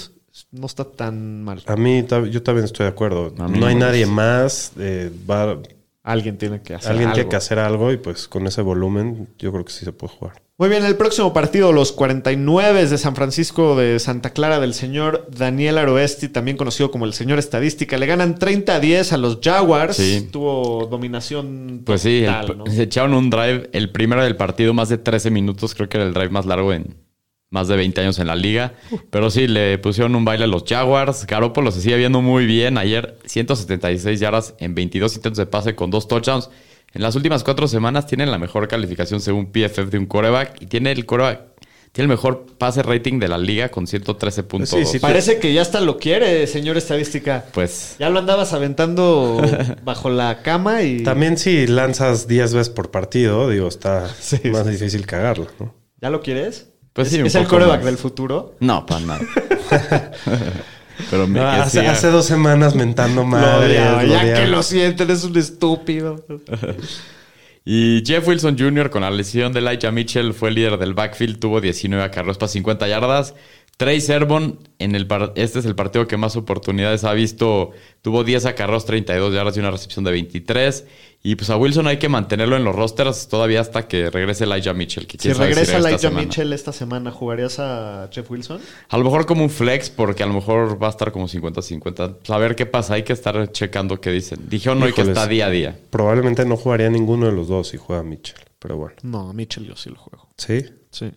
S2: no está tan mal.
S4: A mí ta- yo también estoy de acuerdo.
S3: A mí
S4: No hay
S3: no.
S4: nadie más. eh, va-
S2: Alguien tiene que hacer
S4: alguien
S2: algo.
S4: tiene que hacer algo y pues con ese volumen yo creo que sí se puede jugar.
S2: Muy bien, el próximo partido, los 49 de San Francisco de Santa Clara del señor Daniel Aroesti, también conocido como el señor Estadística, le ganan 30 a 10 a los Jaguars.
S3: Sí.
S2: Tuvo dominación
S3: Pues sí, el-
S2: total, ¿no?
S3: se echaron un drive, el primero del partido, más de 13 minutos, creo que era el drive más largo en más de 20 años en la liga. Pero sí, le pusieron un baile a los Jaguars. Garoppolo se sigue viendo muy bien. Ayer 176 yardas en 22 intentos de pase con dos touchdowns. En las últimas cuatro semanas tienen la mejor calificación según PFF de un coreback y tiene el coreback, tiene el mejor pase rating de la liga con 113.2.
S4: Sí, sí,
S2: Parece que ya hasta lo quiere, señor Estadística.
S3: Pues
S2: Ya lo andabas aventando bajo la cama y
S4: También si lanzas 10 veces por partido, digo, está
S2: Sí,
S4: más
S2: sí.
S4: difícil cagarlo. ¿no?
S2: ¿ya lo quieres?
S3: Pues sí, un
S2: ¿Es el
S3: poco
S2: coreback
S3: más.
S2: del futuro?
S3: No, para nada. Pero me
S4: No,
S3: que
S4: Ah, hace,
S3: siga.
S4: hace dos semanas mentando
S2: Lo
S4: madre.
S2: odiaba, ya que lo sienten, es un estúpido.
S3: Y Jeff Wilson Jr. con la lesión de Laija Mitchell fue el líder del backfield, tuvo 19 acarreos para 50 yardas. Trey Sermon, en el par- este es el partido que más oportunidades ha visto, tuvo 10 acarreos, 32 yardas y una recepción de 23. Y pues a Wilson hay que mantenerlo en los rosters todavía hasta que regrese Laija Mitchell. que
S2: Si
S3: quién sabe
S2: regresa
S3: regresa esta
S2: Elijah
S3: semana.
S2: Mitchell esta semana, ¿jugarías a Jeff Wilson?
S3: A lo mejor como un flex, porque a lo mejor va a estar como 50-50. Pues, a ver qué pasa, hay que estar checando qué dicen. Dijeron hoy que
S4: Híjoles.
S3: está día a día.
S4: Probablemente no jugaría ninguno de los dos si juega Mitchell, pero bueno.
S2: No, a Mitchell yo sí lo juego.
S4: Sí.
S2: Sí.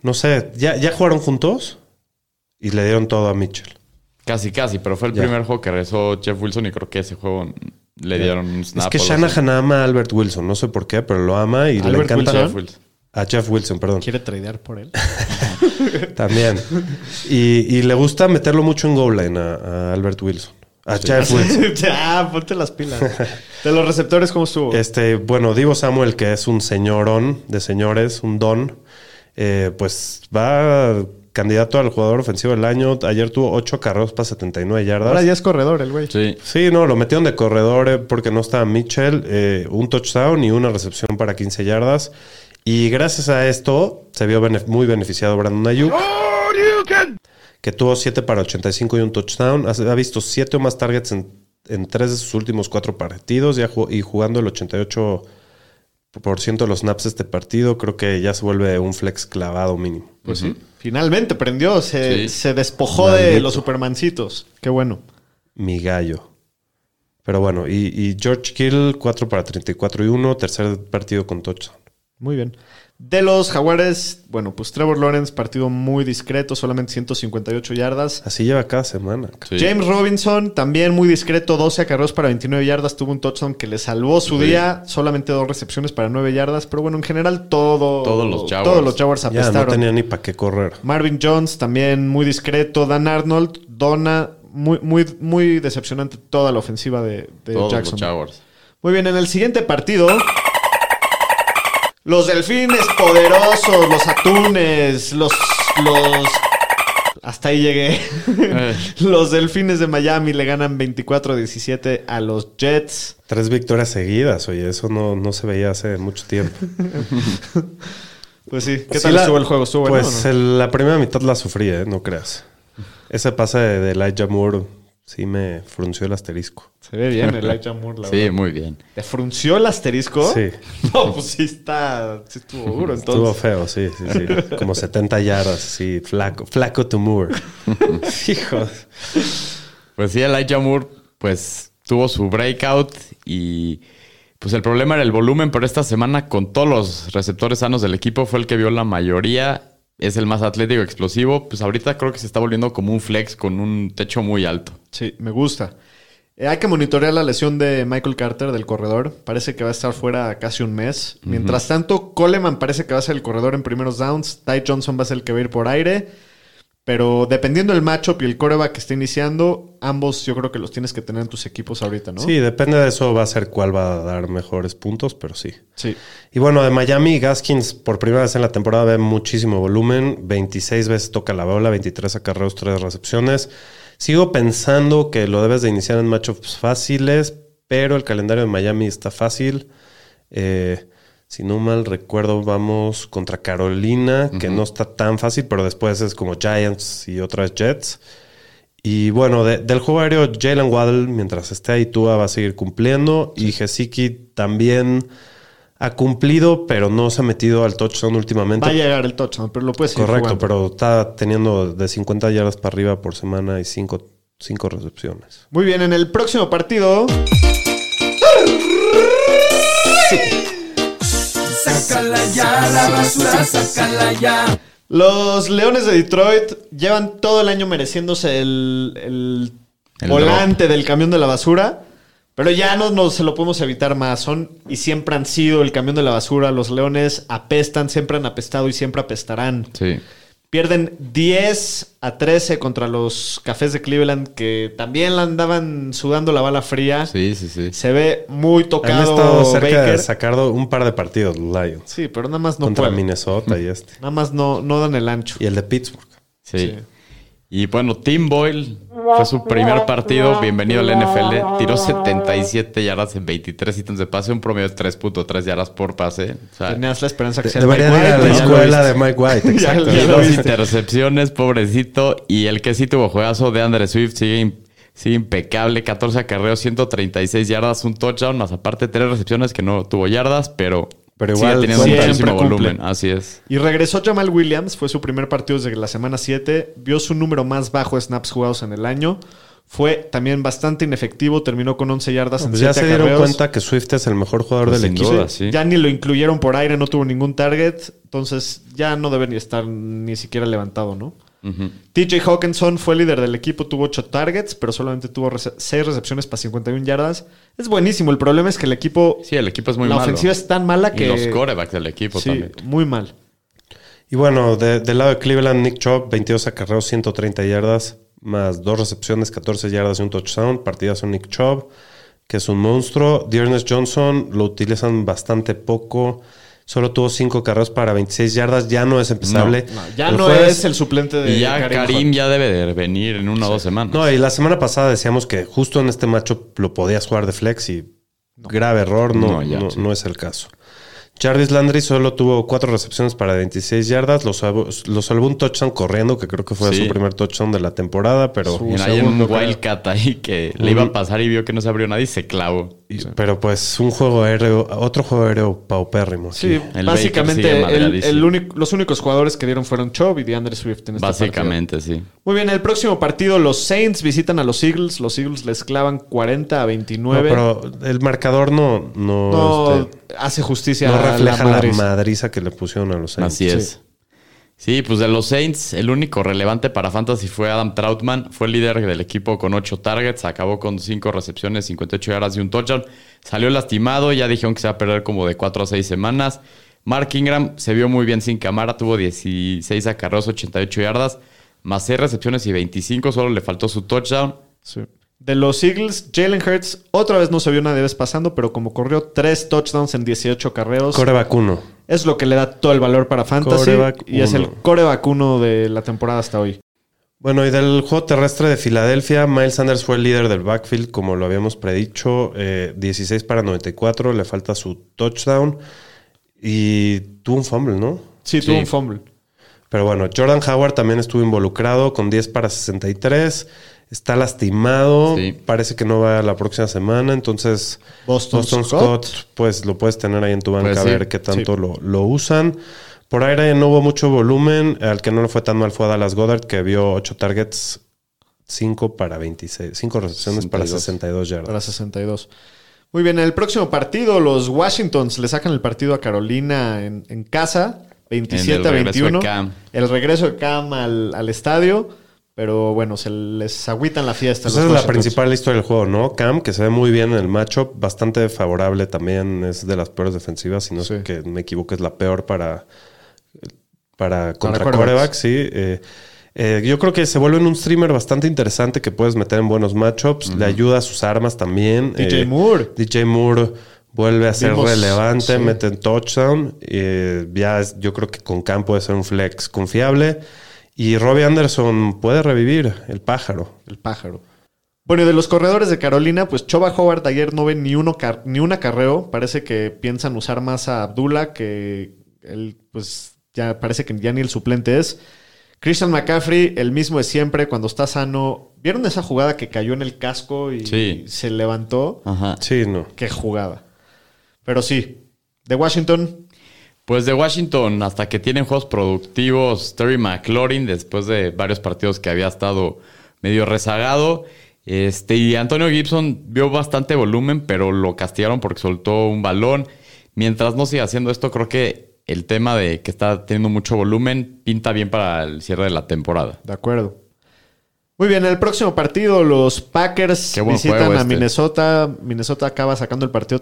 S4: No sé, ¿ya, ya jugaron juntos? Y le dieron todo a Mitchell.
S3: Casi, casi, pero fue el
S4: Ya.
S3: primer juego que regresó Jeff Wilson y creo que ese juego le dieron un snap.
S4: es que
S3: o algo así.
S4: Shanahan ama a Albert Wilson, no sé por qué, pero lo ama y le
S2: ¿Albert
S4: encanta.
S3: Jeff Wilson.
S4: A Jeff Wilson, perdón.
S2: ¿Quiere tradear por él?
S4: También. Y, y le gusta meterlo mucho en goal line a, a Albert Wilson. A Jeff Wilson.
S2: Pues, ya, ponte las pilas. De los receptores, ¿cómo estuvo?
S4: Este, bueno, Divo Samuel, que es un señorón de señores, un don, eh, pues va candidato al jugador ofensivo del año. Ayer tuvo 8 carros para 79 yardas.
S2: Ahora ya es corredor el güey.
S3: Sí.
S4: Sí, no, lo metieron de corredor eh, porque no estaba Mitchell. eh, un touchdown y una recepción para 15 yardas. Y gracias a esto se vio bene- muy beneficiado Brandon Ayuk. Que tuvo 7 para 85 y un touchdown. Ha, ha visto 7 o más targets en, en 3 de sus últimos 4 partidos. ya ju- y jugando el 88% de los snaps de este partido, creo que ya se vuelve un flex clavado mínimo.
S2: Pues sí. Finalmente prendió, se,
S3: Sí.
S2: se despojó de
S4: Maldito.
S2: los Supermancitos. Qué bueno.
S4: mi gallo. Pero bueno, y, y George Kill, 4 para 34 y 1, tercer partido con touchdown.
S2: Muy bien. De los Jaguares, bueno, pues Trevor Lawrence, partido muy discreto, solamente 158 yardas.
S4: Así lleva cada semana. ca-
S3: Sí.
S2: James Robinson, también muy discreto, 12 acarreos para 29 yardas, tuvo un touchdown que le salvó su
S3: Sí.
S2: día, solamente dos recepciones para 9 yardas, pero bueno, en general todo,
S3: Todos los Jaguars.
S2: todos los Jaguars
S4: Ya no
S2: apestaron.
S4: tenía ni para qué correr.
S2: Marvin Jones, también muy discreto, Dan Arnold, Donna, muy, muy, muy decepcionante toda la ofensiva de, de
S3: Todos
S2: Jackson.
S3: los Jaguars.
S2: Muy bien, en el siguiente partido. Los delfines poderosos, los atunes, los. los hasta ahí llegué.
S3: Eh.
S2: los delfines de Miami le ganan 24-17 a los Jets.
S4: Tres victorias seguidas, oye, eso no, no se veía hace mucho tiempo.
S2: Pues sí, ¿qué
S4: Sí,
S2: tal
S4: la-
S2: estuvo el juego? ¿Estuvo bueno o
S4: Pues
S2: no?
S4: el- la primera mitad la sufrí, ¿eh? no creas. Ese pase de, de Elijah Moore sí me frunció el asterisco.
S2: Se ve bien el Elijah Moore, la
S3: Sí,
S2: verdad.
S3: muy bien.
S2: ¿Te frunció el asterisco?
S4: Sí.
S2: No, pues sí está... Sí estuvo duro,
S4: Estuvo
S2: entonces.
S4: feo, sí, sí, sí. Como 70 yardas, sí, flaco, flaco to Moore. Hijos.
S3: Pues sí, Elijah Moore, pues tuvo su breakout y pues el problema era el volumen, pero esta semana con todos los receptores sanos del equipo fue el que vio la mayoría. Es el más atlético, explosivo. Pues ahorita creo que se está volviendo como un flex con un techo muy alto.
S2: Sí, me gusta. Eh, hay que monitorear la lesión de Michael Carter del corredor. Parece que va a estar fuera casi un mes. Mientras tanto, Coleman parece que va a ser el corredor en primeros downs. Ty Johnson va a ser el que va a ir por aire. Pero dependiendo del matchup y el coreback que esté iniciando, ambos yo creo que los tienes que tener en tus equipos ahorita, ¿no?
S4: Sí, depende de eso, va a ser cuál va a dar mejores puntos, pero sí.
S2: Sí.
S4: Y bueno, de Miami, Gaskins por primera vez en la temporada ve muchísimo volumen, 26 veces toca la bola, 23 acarreos, 3 recepciones. Sigo pensando que lo debes de iniciar en matchups fáciles, pero el calendario de Miami está fácil. Eh, si no mal recuerdo, vamos contra Carolina, que no está tan fácil, pero después es como Giants y otras Jets. Y bueno, de- del juego aéreo, Jalen Waddle, mientras esté ahí, Tua va a seguir cumpliendo. Y Gesicki también ha cumplido, pero no se ha metido al touchdown últimamente.
S2: Va a llegar el touchdown, pero lo puedes seguir
S4: Correcto,
S2: jugando.
S4: pero está teniendo de 50 yardas para arriba por semana y 5 cinco, cinco recepciones.
S2: Muy bien, en el próximo partido...
S6: Sácala ya, la basura, sácala ya.
S2: Los Leones de Detroit llevan todo el año mereciéndose el, el
S3: El
S2: volante del camión de la basura, pero ya no, no se lo podemos evitar más. Son y siempre han sido el camión de la basura. Los Leones apestan, siempre han apestado y siempre apestarán.
S3: Sí.
S2: Pierden 10 a 13 contra los Cafés de Cleveland, que también la andaban sudando la bala fría.
S3: Sí, sí, sí.
S2: Se ve muy
S4: Han
S2: tocado
S4: estado cerca
S2: Baker.
S4: de sacar un par de partidos los Lions.
S2: Sí, pero nada más no
S4: contra
S2: pueden.
S4: Minnesota y este.
S2: Nada más no, no dan el ancho.
S4: Y el de Pittsburgh.
S3: Sí.
S2: Sí.
S3: Y bueno, Tim Boyle fue su primer partido. Bienvenido al NFL. Tiró 77 yardas en 23 ítems de pase, un promedio de 3.3 yardas por pase. O sea,
S2: Tenías la esperanza que sea el
S4: Deberían ir
S2: Mike White,
S4: a la
S2: ya lo
S4: escuela
S2: viste.
S4: de Mike White.
S2: Ya
S4: Exacto.
S2: lo
S3: y
S2: viste.
S3: dos intercepciones, pobrecito. Y el que sí tuvo juegazo de Andre Swift sigue, im- sigue impecable. 14 acarreos, 136 yardas, un touchdown, más aparte tres recepciones que no tuvo yardas, pero,
S4: Pero
S3: sigue
S4: igual
S3: teniendo
S2: siempre
S3: muchísimo
S2: cumple.
S3: volumen. Así es.
S2: Y regresó Jamal Williams, fue su primer partido desde la semana 7, vio su número más bajo de snaps jugados en el año, fue también bastante inefectivo, terminó con 11 yardas en
S4: Pues ya
S2: 7
S4: se dieron
S2: acarreos.
S4: cuenta que Swift es el mejor jugador
S3: Pues
S4: del
S3: sin
S4: equipo.
S3: duda, sí.
S2: Ya ni lo incluyeron por aire, no tuvo ningún target, entonces ya no debe ni estar ni siquiera levantado, ¿no? TJ Hawkinson fue líder del equipo, tuvo 8 targets, pero solamente tuvo 6 recepciones para 51 yardas. Es buenísimo, el problema es que el equipo,
S3: Sí, el equipo es muy
S2: la
S3: malo.
S2: ofensiva es tan mala que...
S3: Y los corebacks del equipo
S2: sí,
S3: también.
S2: muy mal.
S4: Y bueno, de- del lado de Cleveland, Nick Chubb, 22 acarreos, 130 yardas, más dos recepciones, 14 yardas y un touchdown. Partidas son Nick Chubb, que es un monstruo. Dearness Johnson lo utilizan bastante poco. Solo tuvo 5 carreos para 26 yardas. Ya no es empezable.
S2: No, ya no
S4: jueves-
S2: es el suplente de
S3: Y ya
S2: Karim
S3: Karim ya debe de venir en una o dos semanas.
S4: No, y la semana pasada decíamos que justo en este macho lo podías jugar de flex y grave error, no,
S3: No, ya,
S4: no-
S3: sí.
S4: no es el caso. Jarvis Landry solo tuvo cuatro recepciones para 26 yardas, lo salvó, lo salvó un touchdown corriendo, que creo que fue
S3: Sí.
S4: su primer touchdown de la temporada, pero,
S3: Y hay un Wildcat ahí que le iba a pasar y vio que no se abrió nadie y se clavó.
S4: y- pero pues un juego aéreo, otro juego aéreo paupérrimo. aquí.
S2: Sí,
S3: El Baker
S2: básicamente
S3: sigue
S2: el-
S3: madreadísimo.
S2: el único- los únicos jugadores que dieron fueron Chubb y DeAndre Swift en este partido.
S3: Básicamente, sí.
S2: Muy bien, el próximo partido los Saints visitan a los Eagles. Los Eagles les clavan 40 a
S4: No,
S2: 29.
S4: pero el marcador no, no,
S2: no
S4: este,
S2: hace justicia
S4: no
S2: a la
S4: refleja la,
S2: Madrid.
S4: madriza que le pusieron a los Saints.
S3: Así es. Sí, pues de los Saints, el único relevante para Fantasy fue Adam Troutman. Fue el líder del equipo con 8 targets, acabó con 5 recepciones, 58 yardas y un touchdown. Salió lastimado, ya dijeron que se va a perder como de 4 a 6 semanas. Mark Ingram se vio muy bien sin cámara, tuvo 16 acarreos, 88 yardas, más 6 recepciones y 25, solo le faltó su touchdown.
S2: Sí. De los Eagles, Jalen Hurts otra vez no se vio nadie vez pasando, pero como corrió tres touchdowns en 18 carreos,
S4: Core vacuno.
S2: es lo que le da todo el valor para Fantasy
S4: Coreback
S2: y es el
S4: uno.
S2: core vacuno de la temporada hasta hoy.
S4: Bueno, y del juego terrestre de Filadelfia, Miles Sanders fue el líder del backfield, como lo habíamos predicho, eh, 16 para 94, le falta su touchdown y tuvo un fumble, ¿no?
S2: Sí, tuvo
S3: Sí.
S2: un fumble.
S4: Pero bueno, Jordan Howard también estuvo involucrado con 10 para 63, está lastimado,
S3: Sí.
S4: parece que no va la próxima semana, entonces
S2: Boston
S4: Scott,
S2: Scott.
S4: pues lo puedes tener ahí en tu banca
S3: Pues
S4: a
S3: sí,
S4: ver qué tanto lo, lo usan. Por aire no hubo mucho volumen, al que no le fue tan mal fue a Dallas Goddard, que vio 8 targets, 5 para 26, 5 recepciones para 62 yardas.
S2: para 62. Muy bien, en el próximo partido los Washingtons le sacan el partido a Carolina en, en casa, 27
S3: En el
S2: a 21.
S3: regreso de Cam.
S2: El regreso de Cam al, al estadio, pero bueno, se les agüitan la fiesta. a los
S4: Pues esa es la
S2: Washingtons.
S4: principal historia del juego, ¿no? Cam, que se ve muy bien en el matchup, bastante favorable también, es de las peores defensivas, si no
S2: Sí.
S4: es que me equivoco, es la peor para, para contra
S2: quarterbacks.
S4: quarterback, sí. Eh, eh, yo creo que se vuelve un streamer bastante interesante que puedes meter en buenos matchups, le ayuda a sus armas también.
S2: DJ Moore.
S4: DJ Moore vuelve a ser
S2: Vimos-
S4: relevante,
S2: sí.
S4: mete en touchdown, eh, ya es- yo creo que con Cam puede ser un flex confiable. Y Robbie Anderson puede revivir el pájaro.
S2: El pájaro. Bueno, y de los corredores de Carolina, pues Choba Howard ayer no ve ni, uno car- ni un acarreo. Parece que piensan usar más a Abdullah, que él, pues ya parece que ya ni el suplente es. Christian McCaffrey, el mismo de siempre, cuando está sano. ¿Vieron esa jugada que cayó en el casco y
S3: Sí. Ah.
S2: se levantó?
S3: Ajá.
S4: Sí, no.
S2: Qué jugada. Pero sí, de Washington,
S3: Pues de Washington, hasta que tienen juegos productivos, Terry McLaurin, después de varios partidos que había estado medio rezagado. Este, y Antonio Gibson vio bastante volumen, pero lo castigaron porque soltó un balón. Mientras no siga haciendo esto, creo que el tema de que está teniendo mucho volumen pinta bien para el cierre de la temporada.
S2: de acuerdo. Muy bien, en el próximo partido los Packers
S3: Qué buen
S2: visitan
S3: juego
S2: a
S3: este.
S2: Minnesota. Minnesota acaba sacando el partido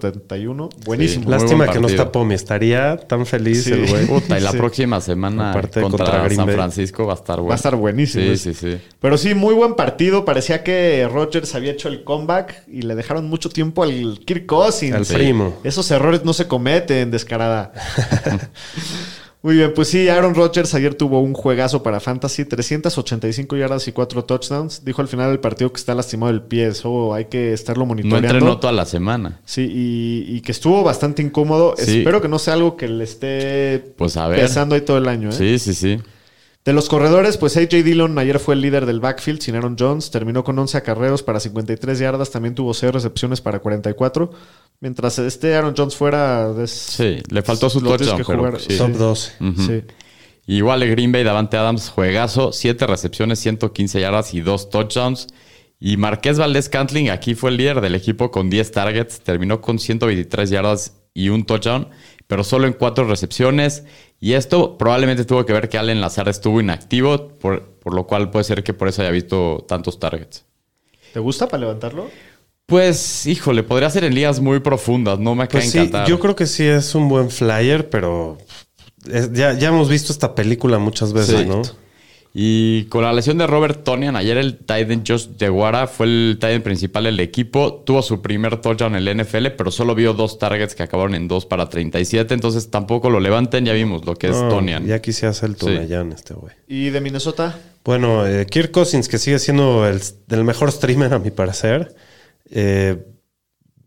S2: 34-31. Buenísimo.
S3: Muy
S4: Lástima
S3: buen
S4: que no
S3: partido.
S4: está Pomi. Estaría tan feliz
S2: Sí.
S4: el güey.
S3: Puta, y la
S2: Sí.
S3: próxima semana
S4: Aparte
S3: contra,
S4: de contra Green
S3: San
S4: Bay.
S3: Francisco va a estar bueno.
S2: Va a estar buenísimo.
S3: Sí,
S2: ese.
S3: sí, sí.
S2: Pero sí, muy buen partido. Parecía que Rodgers había hecho el comeback y le dejaron mucho tiempo al Kirk Cousins.
S4: Al primo.
S2: Esos errores no se cometen, descarada. Muy bien, pues sí, Aaron Rodgers ayer tuvo un juegazo para Fantasy, 385 yardas y 4 touchdowns. Dijo al final del partido que está lastimado el pie, eso hay que estarlo
S3: No
S2: monitoreando.
S3: entrenó toda la semana.
S2: Sí, y, y que estuvo bastante incómodo.
S3: Sí.
S2: Espero que no sea algo que le esté
S3: Pues a ver.
S2: pesando ahí todo el año. ¿eh?
S3: Sí, sí, sí.
S2: De los corredores, pues AJ Dillon ayer fue el líder del backfield sin Aaron Jones, terminó con 11 acarreos para 53 yardas, también tuvo 6 recepciones para 44. Mientras este Aaron Jones fuera... es-
S3: Sí, le faltó su
S2: lo tienes
S3: touchdown,
S2: que
S3: pero
S2: jugar.
S3: sí.
S4: Top 12.
S3: Ujú.
S2: Sí.
S3: Igual de Green Bay, Davante Adams, juegazo, 7 recepciones, 115 yardas y 2 touchdowns. Y Marqués Valdés Cantling aquí fue el líder del equipo con 10 targets, terminó con 123 yardas y un touchdown, pero solo en 4 recepciones. Y esto probablemente tuvo que ver que Allen Lazar estuvo inactivo, por, por lo cual puede ser que por eso haya visto tantos targets.
S2: ¿Te gusta para levantarlo?
S3: Pues, híjole, podría ser en ligas muy profundas, no me cae
S4: Pues sí,
S3: encantar.
S4: yo creo que sí es un buen flyer, pero es- ya, ya hemos visto esta película muchas veces, ¿no?
S3: Exacto. Y con la lesión de Robert Tonian, ayer el Titan Josh Deguara fue el Titan principal del equipo. Tuvo su primer touchdown en el NFL, pero solo vio dos targets que acabaron en 2 para 37. Entonces tampoco lo levanten. Ya vimos lo que es
S4: No,
S3: Tonian.
S4: Ya quisiera hacer el
S3: Sí.
S4: Tonayán este güey.
S2: ¿Y de Minnesota?
S4: Bueno, eh, Kirk Cousins, que sigue siendo el, el mejor streamer a mi parecer, eh,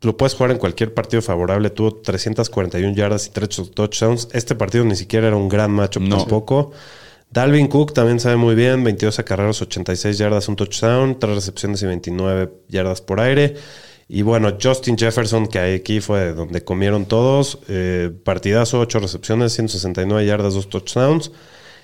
S4: lo puedes jugar en cualquier partido favorable. Tuvo 341 yardas y 3 touchdowns. Este partido ni siquiera era un gran matchup
S3: No.
S4: tampoco. Dalvin Cook también sabe muy bien, 22 acarreos, 86 yardas, un touchdown, 3 recepciones y 29 yardas por aire. Y bueno, Justin Jefferson, que aquí fue donde comieron todos, eh, partidazo, 8 recepciones, 169 yardas, 2 touchdowns.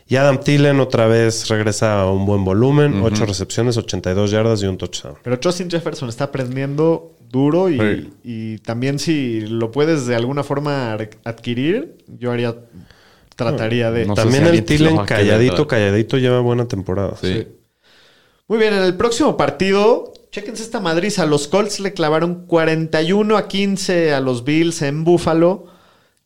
S4: Y Adam Thielen otra vez regresa a un buen volumen, 8 recepciones, 82 yardas y un touchdown.
S2: Pero Justin Jefferson está aprendiendo duro y,
S3: Sí.
S2: y también si lo puedes de alguna forma ar- adquirir, yo haría... Trataría de...
S3: No sé
S4: También el
S3: si alguien lo va
S4: Tilen
S3: a querer
S4: calladito,
S3: dar.
S4: calladito lleva buena temporada.
S3: Sí.
S2: Muy bien, en el próximo partido, chéquense esta madriza. Los Colts le clavaron 41 a 15 a los Bills en Buffalo.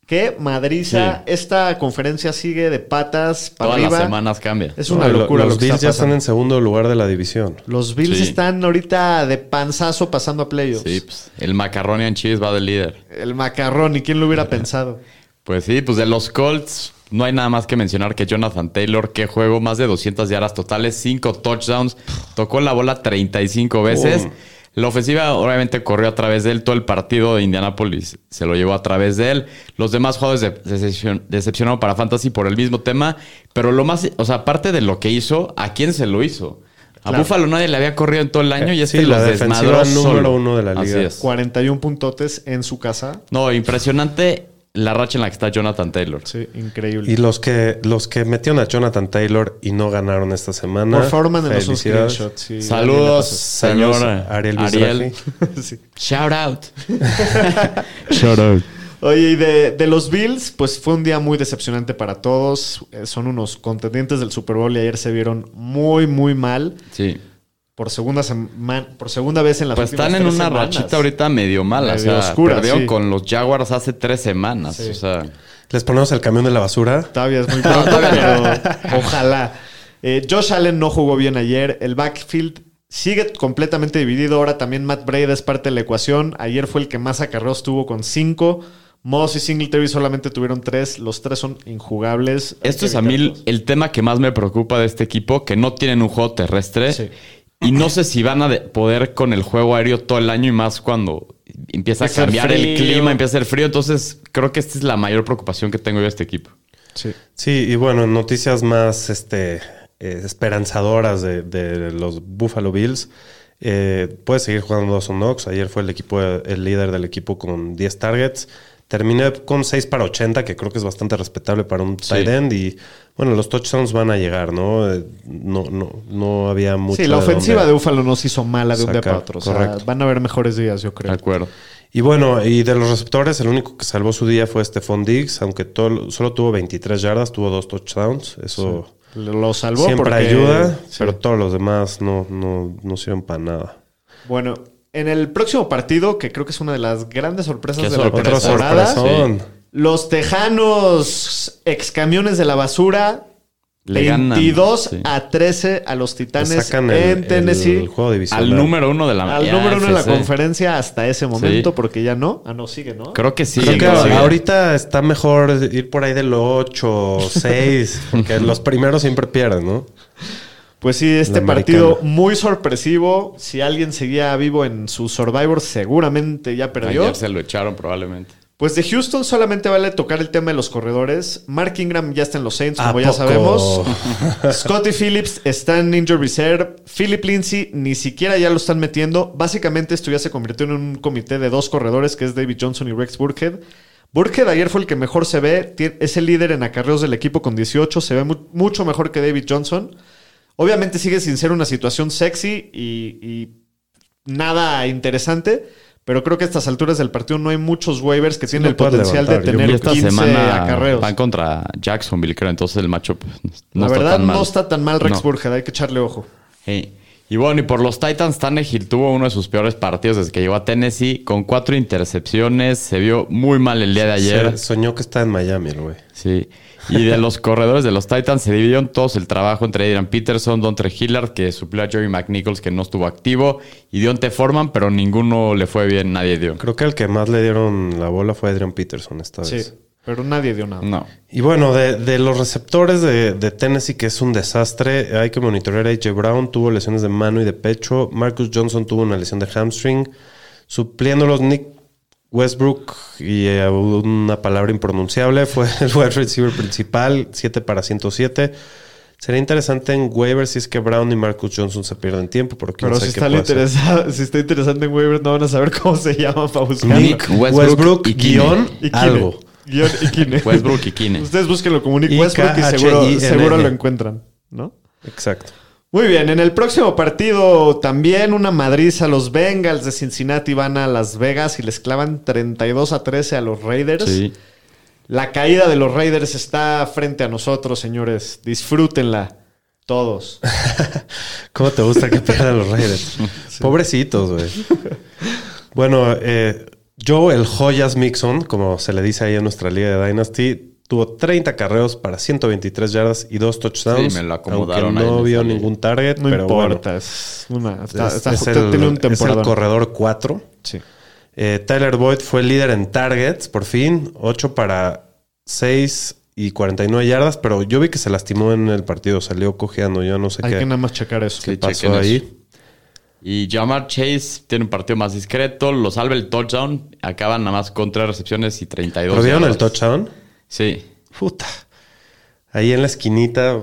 S2: Qué madriza. Esta conferencia sigue de patas para
S3: Todas
S2: arriba.
S3: las semanas cambia.
S2: Es
S4: No,
S2: una
S4: y lo-
S2: locura.
S4: Los
S2: lo que
S4: Bills
S2: está
S4: ya están
S2: pasando.
S4: en segundo lugar de la división.
S2: Los Bills
S3: Sí.
S2: están ahorita de panzazo pasando a playoffs.
S3: Sí, pues, el Macaroni and Cheese va de líder.
S2: El macarrón, ¿y quién lo hubiera pensado?
S3: Pues sí, pues de los Colts no hay nada más que mencionar que Jonathan Taylor, que juego más de 200 yardas totales, 5 touchdowns, tocó la bola 35 veces. La ofensiva obviamente corrió a través de él, todo el partido de Indianápolis se lo llevó a través de él. Los demás jugadores de- decepcion- decepcionaron para Fantasy por el mismo tema, pero lo más, o sea, aparte de lo que hizo, ¿a quién se lo hizo? A
S2: Claro.
S3: Buffalo nadie le había corrido en todo el año y
S4: Eh,
S3: este
S4: sí, la
S3: los
S4: defensiva
S3: desmadró
S4: número
S3: solo.
S4: uno de la liga.
S3: Así es.
S2: 41 puntotes en su casa.
S3: No, impresionante la racha en la que está Jonathan Taylor.
S2: Sí, increíble.
S4: Y los que, los que metieron a Jonathan Taylor y no ganaron esta semana.
S2: Por favor, mándenos un
S4: felicidades.
S2: screenshot. sí, alguien le
S3: Saludos,
S2: pasó.
S4: Saludos,
S3: señor
S4: Ariel
S3: Ariel.
S4: Ariel.
S2: Sí.
S3: Shout out. Shout out.
S2: Oye, y de, de los Bills, pues fue un día muy decepcionante para todos. Eh, son unos contendientes del Super Bowl y ayer se vieron muy, muy mal.
S3: Sí.
S2: Por segunda, sema- por segunda vez en las
S3: Pues
S2: últimas
S3: están en una
S2: tres semanas.
S3: rachita ahorita medio mala.
S2: Medio
S3: o sea,
S2: oscura,
S3: perdieron
S2: sí.
S3: con los Jaguars hace tres semanas. O sea,
S4: Les ponemos el camión de la basura.
S2: Todavía es muy pronto, pero ojalá. Eh, Josh Allen no jugó bien ayer. El backfield sigue completamente dividido. Ahora también Matt Breda es parte de la ecuación. Ayer fue el que más acarreos tuvo con cinco. Moss y Singletary solamente tuvieron tres. Los tres son injugables. Hay
S3: esto
S2: que
S3: es a mí el-
S2: evitarlos.
S3: el tema que más me preocupa de este equipo, que no tienen un juego terrestre.
S2: Sí.
S3: Y no sé si van a de- poder con el juego aéreo todo el año y más cuando empieza a
S2: Empieza a
S3: cambiar
S2: ser frío.
S3: el clima, empieza a ser frío. Entonces, creo que esta es la mayor preocupación que tengo yo de este equipo.
S2: Sí.
S4: Sí, y bueno, noticias más este, eh, esperanzadoras de, de los Buffalo Bills. Eh, puede seguir jugando Dawson Knox. Ayer fue el equipo, el líder del equipo con 10 targets. Terminé con 6 para 80, que creo que es bastante respetable para un
S3: Sí.
S4: tight end. Y bueno, los touchdowns van a llegar, ¿no? Eh, No, no, no había mucho.
S2: Sí, la
S4: dónde.
S2: ofensiva de Búfalo nos hizo mala de un día
S4: sacar,
S2: para otro. O sea,
S4: correcto.
S2: van a haber mejores días, yo
S3: De
S2: creo.
S3: acuerdo.
S4: Y bueno, y de los receptores, el único que salvó su día fue Stephon Diggs, aunque todo- solo tuvo 23 yardas, tuvo dos touchdowns. Eso
S2: Lo salvó
S4: Siempre
S2: porque-
S4: ayuda,
S2: Sí.
S4: pero todos los demás no, no, no sirven para nada.
S2: Bueno, en el próximo partido, que creo que es una de las grandes sorpresas
S3: Qué
S2: de
S3: sorpresa.
S4: Otro
S2: la temporada,
S4: sorpresón.
S2: los tejanos ex camiones de la basura,
S3: Le ganan,
S2: 22
S3: sí.
S2: a 13 a los
S4: Le
S2: titanes
S4: sacan el,
S2: en
S4: el
S2: Tennessee.
S4: juego divisional.
S3: Al número uno de la
S2: al número uno de la
S3: AFC.
S2: conferencia hasta ese momento, porque ya no. Ah, no, sigue, ¿no?
S3: Creo que sí.
S4: Creo que
S3: ¿no? Sí.
S4: ahorita está mejor ir por ahí del 8 6, porque los primeros siempre pierden, ¿no?
S2: Pues sí, este
S4: La
S2: partido
S4: americana.
S2: muy sorpresivo. Si alguien seguía vivo en su Survivor, seguramente ya perdió.
S3: Ayer se lo echaron probablemente.
S2: Pues de Houston solamente vale tocar el tema de los corredores. Mark Ingram ya está en los Saints,
S4: ¿A
S2: como ya
S4: poco?
S2: sabemos. Scotty Phillips está en Injury Reserve. Philip Lindsay ni siquiera ya lo están metiendo. Básicamente esto ya se convirtió en un comité de dos corredores, que es David Johnson y Rex Burkhead. Burkhead ayer fue el que mejor se ve. Tien- Es el líder en acarreos del equipo con 18. Se ve mu- mucho mejor que David Johnson. Obviamente sigue sin ser una situación sexy y- y nada interesante. Pero creo que a estas alturas del partido no hay muchos waivers que tienen
S4: lo
S2: el
S4: puedes
S2: potencial
S4: levantar.
S2: de
S4: Yo
S3: Y
S2: tener
S3: esta
S2: 15
S3: semana
S2: acarreos.
S3: van contra Jacksonville, creo. Entonces el matchup no
S2: la
S3: está
S2: verdad
S3: tan mal.
S2: no está tan mal Rex
S3: No.
S2: Burkhead, hay que echarle ojo.
S3: Sí. Y bueno, y por los Titans, Tannehill tuvo uno de sus peores partidos desde que llegó a Tennessee con cuatro intercepciones. Se vio muy mal el día de
S4: Se-
S3: ayer.
S4: soñó que estaba en Miami, el güey.
S3: Sí. Y de los corredores de los Titans se dividieron todos el trabajo entre Adrian Peterson, Dontre Hillard, que suplió a Jerry McNichols, que no estuvo activo, y Dionte Forman, pero ninguno le fue bien, nadie dio.
S4: Creo que el que más le dieron la bola fue Adrian Peterson esta
S2: Sí,
S4: vez.
S2: pero nadie dio nada.
S3: pues. No.
S4: Y bueno, de, de los receptores de, de Tennessee, que es un desastre, hay que monitorear a AJ Brown, tuvo lesiones de mano y de pecho, Marcus Johnson tuvo una lesión de hamstring, supliéndolos Nick Westbrook y eh, una palabra impronunciable, fue el wide receiver principal, 7 para 107. Sería interesante en waivers si es que Brown y Marcus Johnson se pierden tiempo, porque
S2: Pero
S4: no sé
S2: si
S4: qué
S2: está,
S4: puede hacer.
S2: interesado, si está interesante en waivers, no van a saber cómo se llama para buscarlo.
S3: Nick Westbrook,
S4: Westbrook,
S3: y Kine.
S4: guión,
S2: Y Kine.
S4: algo.
S2: Guión y Kine.
S3: Westbrook y Kine.
S2: Ustedes búsquenlo como Nick
S4: I-K-H-I-N-N.
S2: Westbrook y seguro, seguro lo encuentran, ¿no?
S4: Exacto.
S2: Muy bien, en el próximo partido también una madriza. Los Bengals de Cincinnati van a Las Vegas y les clavan 32 a 13 a los Raiders.
S3: Sí.
S2: La caída de los Raiders está frente a nosotros, señores. Disfrútenla todos.
S4: ¿Cómo te gusta que pierdan los Raiders? Pobrecitos, güey. Bueno, eh, Joe el Joyas Mixon, como se le dice ahí en nuestra liga de Dynasty, tuvo 30 carreos para 123 yardas y dos touchdowns.
S3: Sí, me lo acomodaron
S4: aunque
S3: ahí
S4: no
S3: en
S4: vio
S3: esa liga.
S4: ningún target,
S2: No
S4: pero
S2: importa.
S4: bueno.
S2: es una, está-
S4: es,
S2: está-
S4: es
S2: usted
S4: el,
S2: tiene un
S4: es el
S2: temporadón.
S4: corredor 4.
S2: Sí.
S4: Tyler Boyd fue el líder en targets, por fin. 8 para 6 y 49 yardas, pero yo vi que se lastimó en el partido. Salió cojeando, yo no sé
S2: Hay
S4: qué,
S2: que nada más checar eso.
S4: qué
S3: Sí,
S4: pasó
S3: chequen eso.
S4: ahí.
S3: Y Jamar Chase tiene un partido más discreto, lo salva el touchdown, acaban nada más con tres recepciones y 32.
S4: ¿Pero vieron el
S3: yardas.
S4: touchdown?
S3: Sí.
S4: Puta. Ahí en la esquinita.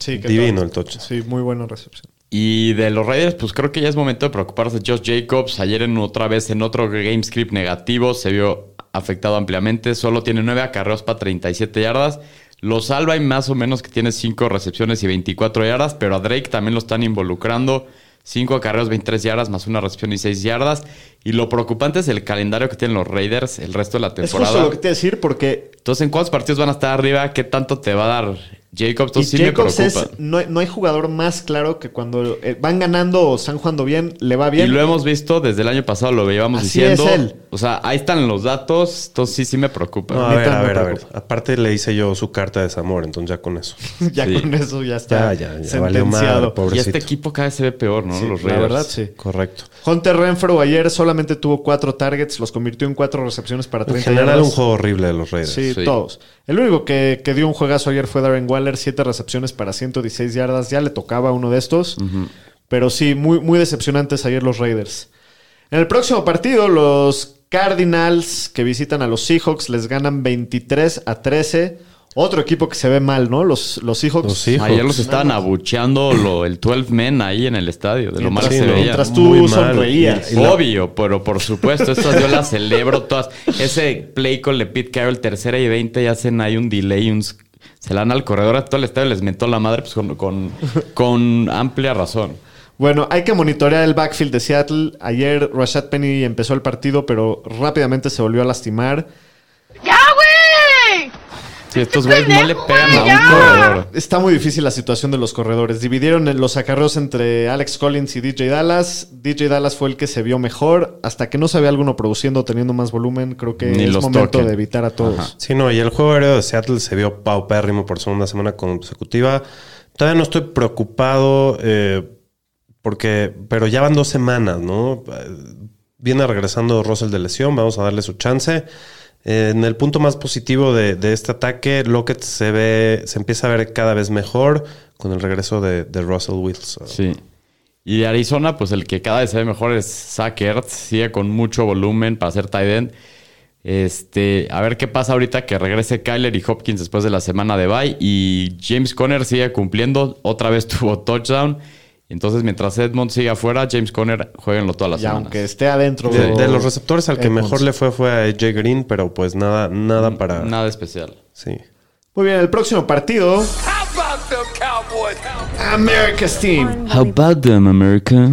S2: Sí, ¿qué
S4: divino
S2: tal?
S4: el touchdown.
S2: Sí, muy buena recepción.
S3: Y de los Raiders, pues creo que ya es momento de preocuparse. Josh Jacobs ayer en otra vez en otro game script negativo se vio afectado ampliamente. Solo tiene nueve acarreos para 37 yardas. Lo salva y más o menos que tiene cinco recepciones y 24 yardas, pero a Drake también lo están involucrando. Cinco acarreos, 23 yardas, más una recepción y 6 yardas. Y lo preocupante es el calendario que tienen los Raiders el resto de la
S2: Es
S3: temporada.
S2: justo lo que te iba a decir porque
S3: Entonces, ¿en cuántos partidos van a estar arriba? ¿Qué tanto te va a dar Jacobs?
S2: Y
S3: Entonces, sí
S2: Jacobs
S3: me
S2: es-
S3: preocupa.
S2: no, hay- no hay jugador más claro que cuando eh, van ganando o están jugando bien, le va bien.
S3: Y lo hemos visto desde el año pasado, lo llevamos
S2: Así
S3: diciendo.
S2: es él.
S3: O sea, ahí están los datos, entonces sí, sí me preocupa.
S4: No, a
S2: neta,
S4: ver, a
S2: me
S4: ver, a ver.
S2: preocupa.
S4: Aparte le hice yo su carta de desamor, entonces ya con eso.
S2: ya
S3: Sí.
S2: con eso ya está
S4: Ya, ya, ya valió madre,
S2: sentenciado.
S4: pobre.
S3: y
S4: pobrecito.
S3: este equipo cada vez se ve peor, ¿no? los
S2: la
S3: Raiders.
S2: verdad, sí.
S4: Correcto.
S2: Hunter Renfro ayer solamente tuvo cuatro targets, los convirtió en cuatro recepciones para
S4: En
S2: 30
S4: general,
S2: yardas.
S4: un juego horrible de los Raiders.
S2: Sí,
S3: Sí.
S2: todos. El único que, que dio un juegazo ayer fue Darren Waller, siete recepciones para 116 yardas. Ya le tocaba uno de estos. Pero sí, muy, muy decepcionantes ayer los Raiders. En el próximo partido, los Cardinals que visitan a los Seahawks les ganan 23 a 13. Otro equipo que se ve mal, ¿no? Los, los Seahawks.
S4: Los Seahawks.
S3: Ayer los estaban abucheando lo- el 12 men ahí en el estadio, de lo
S2: Mientras-
S3: más que
S4: sí,
S3: se
S4: ¿no?
S3: veía.
S2: Mientras
S4: Muy
S2: tú
S4: mal.
S2: sonreías.
S4: Y la-
S3: Obvio, pero por supuesto, estas yo las celebro todas. Ese play con le Pete Carroll, tercera y 20, y hacen ahí un delay, un s- se la dan al corredor a todo el estadio, les mentó la madre pues, con, con, con amplia razón.
S2: Bueno, hay que monitorear el backfield de Seattle. Ayer Rashad Penny empezó el partido, pero rápidamente se volvió a lastimar.
S9: ¡Ya, güey!
S3: Sí, estos güeyes no le
S9: pendejo,
S3: pegan a
S9: güey,
S3: un
S9: ya.
S3: corredor.
S2: Está muy difícil la situación de los corredores. Dividieron en los acarreos entre Alex Collins y DJ Dallas. DJ Dallas fue el que se vio mejor. Hasta que no se ve alguno produciendo o teniendo más volumen, creo que
S3: Ni
S2: es
S3: los
S2: momento
S3: toquen.
S2: de evitar a todos.
S3: Ajá.
S4: Sí, no, y el juego aéreo de Seattle se vio paupérrimo por segunda semana consecutiva. Todavía no estoy preocupado eh, porque, pero ya van dos semanas, ¿no? Eh, Viene regresando Russell de lesión, vamos a darle su chance. Eh, en el punto más positivo de, de este ataque, Lockett se ve, se empieza a ver cada vez mejor con el regreso de, de Russell Wilson.
S3: Sí. Y de Arizona, pues el que cada vez se ve mejor es Zach Ertz. Sigue con mucho volumen para ser tight end. Este, a ver qué pasa ahorita que regrese Kyler y Hopkins después de la semana de bye. Y James Conner sigue cumpliendo. Otra vez tuvo touchdown. Entonces, mientras Edmond siga afuera, James Conner, jueguenlo todas las
S2: Y
S3: semanas.
S2: aunque esté adentro
S4: De,
S3: Oh.
S4: de los receptores al que
S2: Edmonds.
S4: mejor le fue fue a AJ Green, pero pues nada, nada para.
S3: Mm, Nada especial.
S4: Sí.
S2: Muy bien, el próximo partido. America's Team.
S3: How about them, America?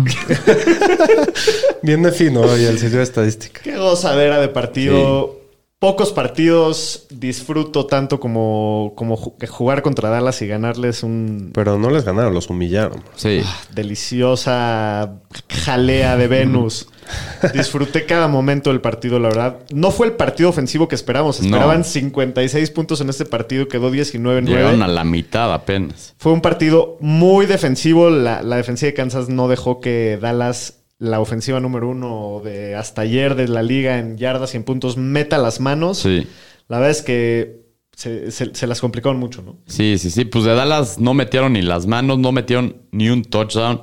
S4: Bien definido y el sitio de estadística.
S2: Qué gozadera de partido. Pocos partidos disfruto tanto como, como ju- que jugar contra Dallas y ganarles un
S4: Pero no les ganaron, los humillaron.
S3: Sí.
S2: Ah, deliciosa jalea de Venus. Disfruté cada momento del partido, la verdad. No fue el partido ofensivo que esperamos.
S3: No.
S2: Esperaban 56 puntos en este partido, quedó 19-9.
S3: Llegaron a la mitad apenas.
S2: Fue un partido muy defensivo. La, la defensiva de Kansas no dejó que Dallas, la ofensiva número uno de hasta ayer de la liga en yardas y en puntos, meta las manos.
S3: Sí.
S2: La verdad es que se, se- se las complicaron mucho, ¿no?
S3: Sí, sí, sí. Pues de Dallas no metieron ni las manos, no metieron ni un touchdown.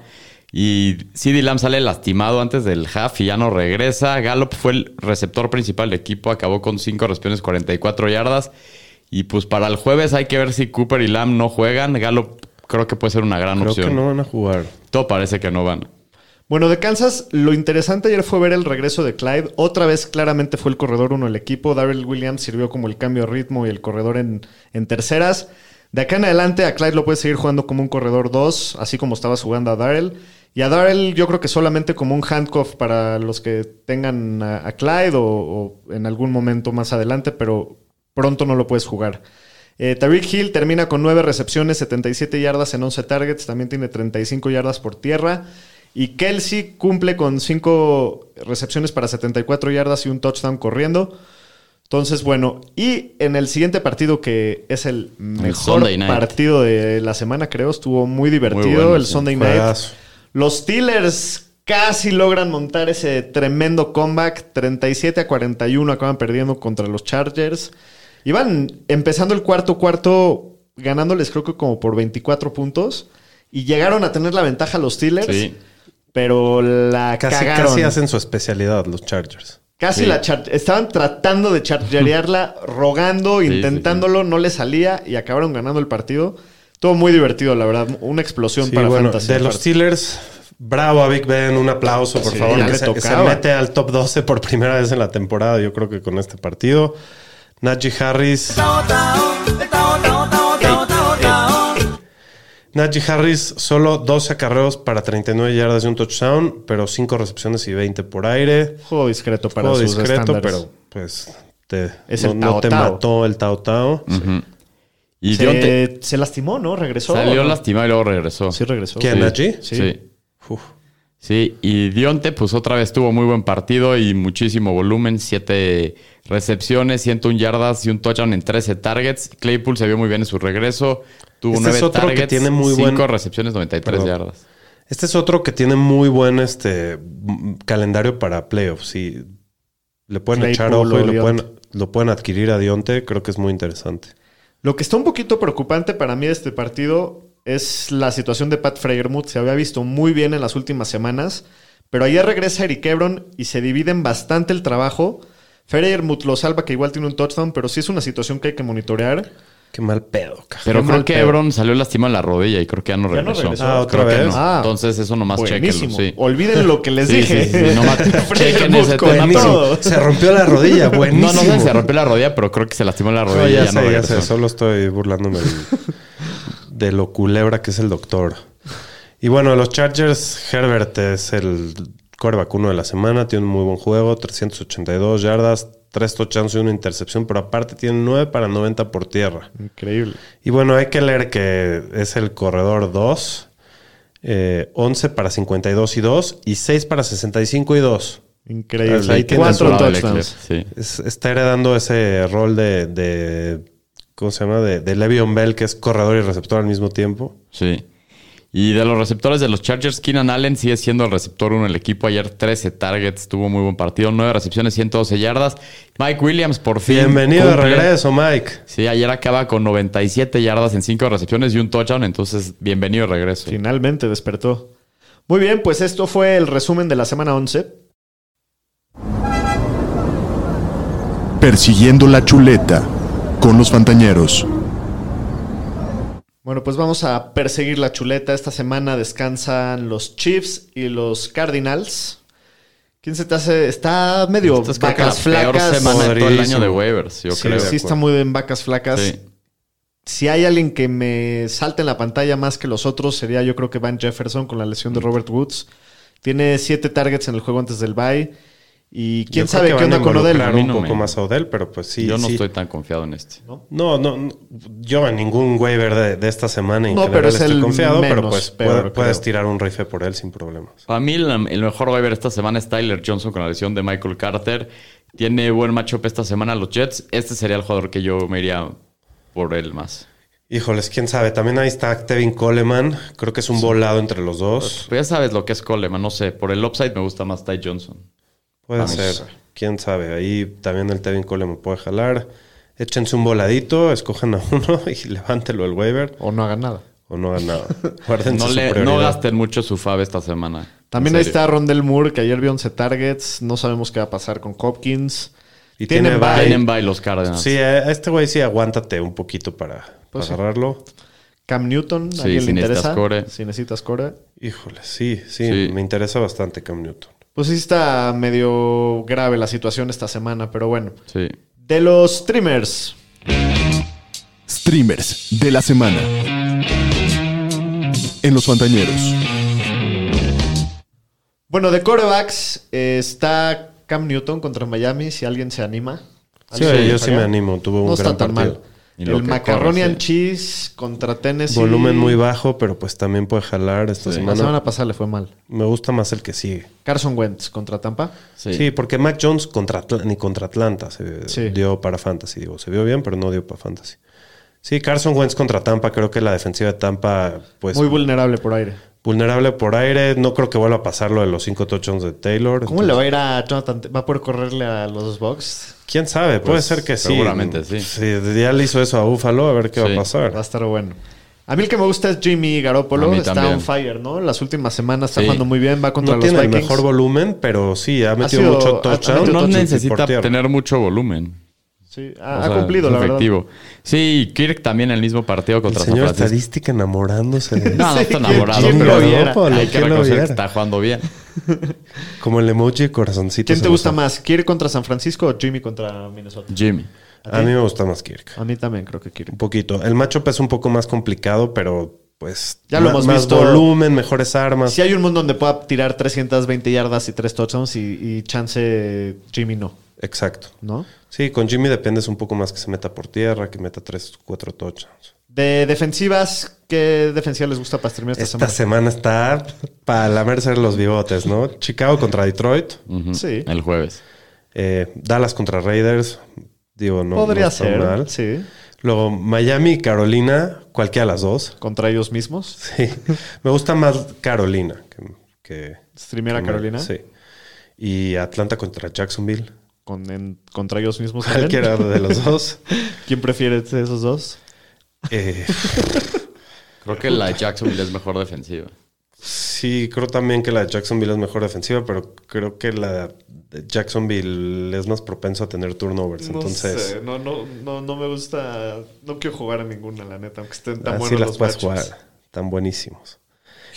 S3: Y CD Lamb sale lastimado antes del half y ya no regresa. Gallup fue el receptor principal del equipo, acabó con 5 recepciones, 44 yardas. Y pues para el jueves hay que ver si Cooper y Lamb no juegan. Gallup creo que puede ser una gran
S4: Creo
S3: opción.
S4: que no van a jugar.
S3: Todo parece que no van.
S2: Bueno, de Kansas, lo interesante ayer fue ver el regreso de Clyde. Otra vez claramente fue el corredor uno el equipo. Darrell Williams sirvió como el cambio de ritmo y el corredor en, en terceras. De acá en adelante a Clyde lo puedes seguir jugando como un corredor 2, así como estabas jugando a Darrell. Y a Darrell yo creo que solamente como un handcuff para los que tengan a, a Clyde o, o en algún momento más adelante, pero pronto no lo puedes jugar. Eh, Tariq Hill termina con 9 recepciones, 77 yardas en 11 targets, también tiene 35 yardas por tierra. Y Kelsey cumple con 5 recepciones para 74 yardas y un touchdown corriendo. Entonces, bueno, y en el siguiente partido que es el mejor
S3: Sunday night.
S2: partido de la semana, creo, estuvo muy divertido
S3: bueno,
S2: el
S3: sí.
S2: Sunday Night.
S4: Juegazo.
S2: Los Steelers casi logran montar ese tremendo comeback. 37 a 41 acaban perdiendo contra los Chargers. Iban empezando el cuarto cuarto ganándoles creo que como por 24 puntos. Y llegaron a tener la ventaja los Steelers.
S3: Sí.
S2: Pero la
S4: Casi,
S2: cagaron.
S4: casi hacen su especialidad los Chargers.
S2: Casi
S3: Sí.
S2: la char- estaban tratando de chargerearla, rogando,
S3: sí, sí.
S2: intentándolo, no le salía y acabaron ganando el partido. Todo muy divertido, la verdad. Una explosión
S4: Sí,
S2: para
S4: bueno,
S2: Fantasy.
S4: de los Steelers, bravo a Big Ben, un aplauso por
S2: Sí,
S4: favor.
S2: ya
S4: Que
S2: le
S4: se, que se
S2: tocaba.
S4: mete al top 12 por primera vez en la temporada, yo creo que con este partido. Najee Harris. Najee Harris, solo 12 acarreos para 39 yardas y un touchdown, pero 5 recepciones y 20 por aire.
S2: Juego discreto para
S4: Juego
S2: sus
S4: discreto,
S2: estándares.
S4: pero pues te,
S2: Es
S4: no,
S2: el
S4: no te
S2: tao-tao.
S4: mató el Tao Tao.
S3: Mm. Y
S2: se,
S3: Dionte
S2: Eh, se lastimó, ¿no? Regresó.
S3: salió
S2: ¿no?
S3: lastimado y luego regresó.
S2: Sí, regresó.
S4: ¿Quién,
S2: Sí.
S4: Najee?
S2: Sí.
S3: sí.
S4: Uf.
S3: Sí, y Dionte, pues otra vez tuvo muy buen partido y muchísimo volumen, siete recepciones, 101 yardas y un touchdown en 13 targets. Claypool se vio muy bien en su regreso, tuvo
S4: Este
S3: nueve
S4: es otro que
S3: targets,
S4: tiene muy
S3: cinco
S4: buen-
S3: recepciones, 93
S4: Perdón.
S3: yardas.
S4: Este es otro que tiene muy buen este m- calendario para playoffs. Y le pueden
S2: Claypool
S4: echar ojo
S2: o
S4: y lo
S2: Dionte.
S4: pueden, lo pueden adquirir a Dionte. Creo que es muy interesante.
S2: Lo que está un poquito preocupante para mí de este partido es la situación de Pat Freiermuth. Se había visto muy bien en las últimas semanas, pero ayer regresa Eric Ebron y se dividen bastante el trabajo. Freiermuth lo salva, que igual tiene un touchdown, pero sí es una situación que hay que monitorear.
S4: Qué mal pedo, ca-
S3: Pero
S2: Qué mal
S3: creo que
S2: pedo.
S3: Ebron salió lastimado en la rodilla y creo que ya no
S2: no
S3: regresó.
S2: regresó.
S4: Ah, ¿otra
S3: Creo que
S4: vez?
S3: no.
S2: Ah.
S3: Entonces eso nomás
S2: Buenísimo.
S3: chequenlo, sí.
S2: Olviden lo que les
S3: Sí,
S2: dije.
S3: sí, sí, sí. No más chequen ese
S2: Freiermuth con
S3: tema, pero-
S2: todo.
S4: Se rompió la rodilla, buenísimo.
S3: No, no sé si se rompió la rodilla, pero creo que se lastimó la rodilla
S4: No,
S3: y
S4: ya,
S3: ya,
S4: sé,
S3: no
S4: ya
S3: regresó.
S4: sé. Solo estoy burlándome del- de lo culebra que es el doctor. Y bueno, los Chargers, Herbert es el coreback uno de la semana. Tiene un muy buen juego. 382 yardas, tres touchdowns y una intercepción, pero aparte tiene 9 para 90 por tierra.
S2: Increíble.
S4: Y bueno, hay que leer que es el corredor 2, eh, 11 para 52 y 2, y 6 para 65 y 2.
S2: Increíble.
S4: Pues ahí tienen
S2: Cuatro
S4: su lado,
S2: touchdowns.
S3: Sí.
S4: Es- está heredando ese rol de, de- ¿cómo se llama? De, de Le'Veon Bell, que es corredor y receptor al mismo tiempo.
S3: Sí. Y de los receptores de los Chargers, Keenan Allen sigue siendo el receptor uno del equipo. Ayer 13 targets, tuvo muy buen partido, 9 recepciones, 112 yardas. Mike Williams por fin.
S4: Bienvenido de
S3: cumple.
S4: regreso, Mike.
S3: Sí, ayer acaba con 97 yardas en 5 recepciones y un touchdown, entonces bienvenido de regreso.
S2: Finalmente despertó. Muy bien, pues esto fue el resumen de la semana 11.
S5: Persiguiendo la chuleta con los Fantañeros.
S2: Bueno, pues vamos a perseguir la chuleta. Esta semana descansan los Chiefs y los Cardinals. ¿Quién se te hace? Está medio
S3: Esta es creo que la
S2: vacas flacas.
S3: peor semana de todo el año
S4: Podridísimo.
S3: de waivers, yo
S2: sí,
S3: creo.
S2: sí está muy en vacas flacas.
S3: Sí.
S2: Si hay alguien que me salte en la pantalla más que los otros, sería yo creo que Van Jefferson con la lesión
S3: Mm.
S2: de Robert Woods. Tiene siete targets en el juego antes del bye. Y quién
S4: Yo creo
S2: sabe
S4: que
S2: qué
S4: van a
S2: onda con Odell.
S4: involucrar
S3: A mí no
S4: un poco
S3: me-
S4: más a Odell, pero pues sí.
S3: yo no
S4: sí.
S3: estoy tan confiado en este.
S4: No, no, no, yo en ningún waiver de, de esta semana en
S2: No,
S4: general
S2: pero es
S4: estoy
S2: el
S4: confiado, pero
S2: menos
S4: pues
S2: peor,
S4: puede-
S2: creo.
S4: puedes tirar un rifle por él sin problemas.
S3: Para mí, la- el mejor waiver esta semana es Tyler Johnson con la lesión de Michael Carter. Tiene buen matchup esta semana los Jets. Este sería el jugador que yo me iría por él más.
S4: Híjoles, quién sabe. También ahí está Tevin Coleman. Creo que es un volado entre los dos.
S3: Pero ya sabes lo que es Coleman, no sé. Por el upside me gusta más Ty Johnson.
S4: Puede
S3: Vamos.
S4: ser. Quién sabe. Ahí también el Tevin Coleman puede jalar. Échense un voladito, escojan a uno y levántelo el waiver
S2: O no haga nada.
S4: o no hagan nada. Guárdense
S3: No,
S4: su
S3: le, no
S4: prioridad.
S3: gasten mucho su fave esta semana.
S2: También
S3: En
S2: ahí
S3: serio.
S2: está Rondell Moore, que ayer vio 11 targets. No sabemos qué va a pasar con Hopkins.
S4: Y tiene
S2: Tienen
S4: bye.
S3: Tienen bye los Cardinals.
S4: Sí, a este güey sí aguántate un poquito para,
S2: Pues sí.
S4: para agarrarlo.
S2: Cam Newton,
S3: Sí,
S2: ¿a alguien
S3: si
S2: le interesa?
S3: necesitas core.
S2: Si necesitas core.
S4: Híjole, sí, sí,
S3: Sí.
S4: me interesa bastante Cam Newton.
S2: Pues sí está medio grave la situación esta semana, pero bueno.
S3: Sí.
S2: De los streamers.
S5: Streamers de la semana. En los Fantañeros.
S2: Bueno, de corebacks eh, está Cam Newton contra Miami, si alguien se anima.
S4: Sí,
S2: ¿Alguien se
S4: yo
S2: anima?
S4: sí me animo, tuvo un
S2: No
S4: gran
S2: está tan
S4: partido.
S2: mal.
S3: Y lo
S2: El
S3: que
S2: Macaroni
S3: corre,
S2: and
S3: sí.
S2: Cheese contra Tennessee.
S4: Volumen muy bajo, pero pues también puede jalar esta
S2: La
S4: semana.
S2: semana pasada le fue mal.
S4: Me gusta más el que sigue.
S2: Carson Wentz contra Tampa.
S4: Sí,
S3: Sí.
S4: porque Mac Jones contra Atla- ni contra Atlanta se
S2: Sí.
S4: dio para Fantasy. Digo, se vio bien, pero no dio para Fantasy. Sí, Carson Wentz contra Tampa. Creo que la defensiva de Tampa, pues
S2: Muy vulnerable por aire.
S4: vulnerable por aire. No creo que vuelva a pasar lo de los cinco touchdowns de Taylor.
S2: ¿Cómo le
S4: Entonces,
S2: va a ir a Jonathan? ¿Va a poder correrle a los Bucks?
S4: ¿Quién sabe? Puede
S3: Pues,
S4: ser que sí.
S3: seguramente sí.
S4: Ya le hizo eso a Buffalo, a ver qué va
S3: Sí.
S4: a pasar.
S2: Va a estar bueno. A mí el que me gusta es Jimmy Garoppolo.
S3: A mí
S2: Está
S3: también.
S2: on fire, ¿no? Las últimas semanas está
S3: Sí.
S2: jugando muy bien. Va contra
S4: no
S2: los
S4: tiene el
S2: Vikings.
S4: mejor volumen, pero sí, ha metido
S2: sido-
S4: mucho
S2: ha- ha
S4: touchdown.
S2: metido
S3: No
S4: touchdown por
S3: necesita
S4: tierra.
S3: tener mucho volumen.
S2: Sí,
S3: O
S2: ha, ha
S3: sea,
S2: cumplido,
S3: es
S2: la
S3: efectivo. Sí, Kirk también en el mismo partido
S4: El
S3: contra San
S4: señor
S3: Francisco.
S4: estadística enamorándose de
S3: No, no está
S2: Sí,
S3: enamorado,
S2: ¿quién
S3: pero
S2: lo viera?
S3: hay
S4: Pablo,
S3: que
S4: ¿quién lo
S3: reconocer que
S4: viera?
S3: está jugando bien.
S4: Como el emoji de
S2: verdad.
S4: corazoncito.
S2: ¿Quién
S4: se
S2: te
S4: me
S2: gusta
S4: fue.
S2: más? ¿Kirk contra San Francisco o Jimmy contra Minnesota?
S3: Jimmy.
S4: A mí me gusta más Kirk.
S2: A mí también creo que Kirk.
S4: Un poquito. El matchup es un poco más complicado, pero pues.
S2: Ya lo
S4: ma-
S2: hemos
S4: más
S2: visto.
S4: volumen, mejores armas.
S2: Si hay un mundo donde pueda tirar 320 yardas y 3 touchdowns y, y chance Jimmy no,
S4: Exacto.
S2: ¿no?
S4: Sí, con Jimmy dependes un poco más que se meta por tierra, que meta 3, 4 touchdowns.
S2: De defensivas, ¿qué defensiva les gusta para streamear esta,
S4: Esta semana está para lamerse los bigotes, ¿no? Chicago contra Detroit.
S3: Ujú.
S2: Sí.
S3: El jueves.
S4: Eh, Dallas contra Raiders. Digo, no.
S2: Podría
S4: no está
S2: ser,
S4: mal.
S2: sí.
S4: Luego Miami y Carolina, cualquiera de las dos.
S2: Contra ellos mismos.
S4: Sí. Me gusta más Carolina que. que-
S2: Streamear a
S4: que-
S2: Carolina.
S4: Sí. Y Atlanta contra Jacksonville.
S2: Con, en- contra ellos mismos. también.
S4: Cualquiera de los dos.
S2: ¿Quién prefiere de esos dos?
S4: Eh,
S3: Creo que la de Jacksonville es mejor defensiva.
S4: sí, creo también que la de Jacksonville es mejor defensiva, pero creo que la de Jacksonville es más propenso a tener turnovers. Pues Entonces,
S2: no, no, no, me gusta. No quiero jugar a ninguna, la neta, aunque estén tan
S4: así
S2: buenos
S4: Ah, las
S2: los
S4: puedes jugar. Están buenísimos.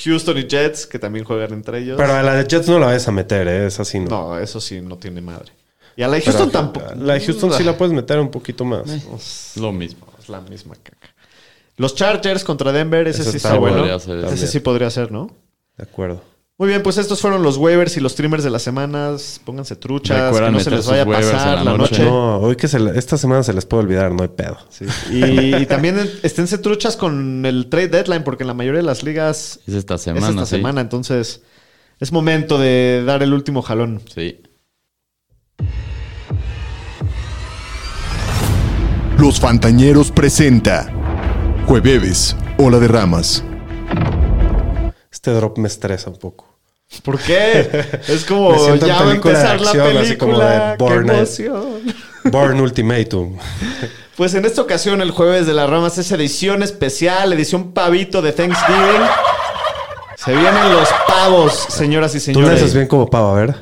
S2: Houston y Jets, que también juegan entre ellos.
S4: Pero a la de Jets no la vas a meter, ¿eh? es así, ¿no?
S2: no, eso sí, no tiene madre. Y a la de
S4: Pero
S2: Houston
S4: a-
S2: tampoco. Ah.
S4: La de Houston sí la puedes meter un poquito más.
S3: Es lo mismo.
S2: Es la misma caca. Los Chargers contra Denver, ese
S4: Eso
S2: sí
S4: está
S2: está bueno.
S3: bueno. Podría ser,
S2: Ese
S3: también.
S2: sí podría ser, ¿no?
S4: De acuerdo.
S2: Muy bien, pues estos fueron los waivers y los streamers de las semanas. Pónganse truchas, que
S3: Recuerden
S2: no se
S3: meter
S2: les vaya a
S3: sus waivers
S2: pasar
S3: en
S2: la
S3: la
S2: noche.
S3: noche.
S4: No, hoy que se la- esta semana se les puede olvidar, no hay pedo.
S2: Sí. Y, y también esténse truchas con el trade deadline, porque en la mayoría de las ligas
S3: Es esta semana,
S2: es esta
S3: sí.
S2: semana. Entonces, es momento de dar el último jalón.
S3: Sí.
S5: Los Fantañeros presenta Jueves, Ola de Ramas.
S4: Este drop me estresa un poco.
S2: ¿Por qué? Es como
S4: Me siento en
S2: ya va a
S4: película de
S2: empezar la
S4: acción,
S2: película.
S4: así como de
S2: ¡Qué
S4: Bourne.
S2: emoción!
S4: Born Ultimatum.
S2: Pues en esta ocasión, el jueves de las ramas es edición especial, edición pavito de Thanksgiving. Se vienen los pavos, señoras y
S4: Tú le haces
S2: señores.
S4: bien como pavo, a ver.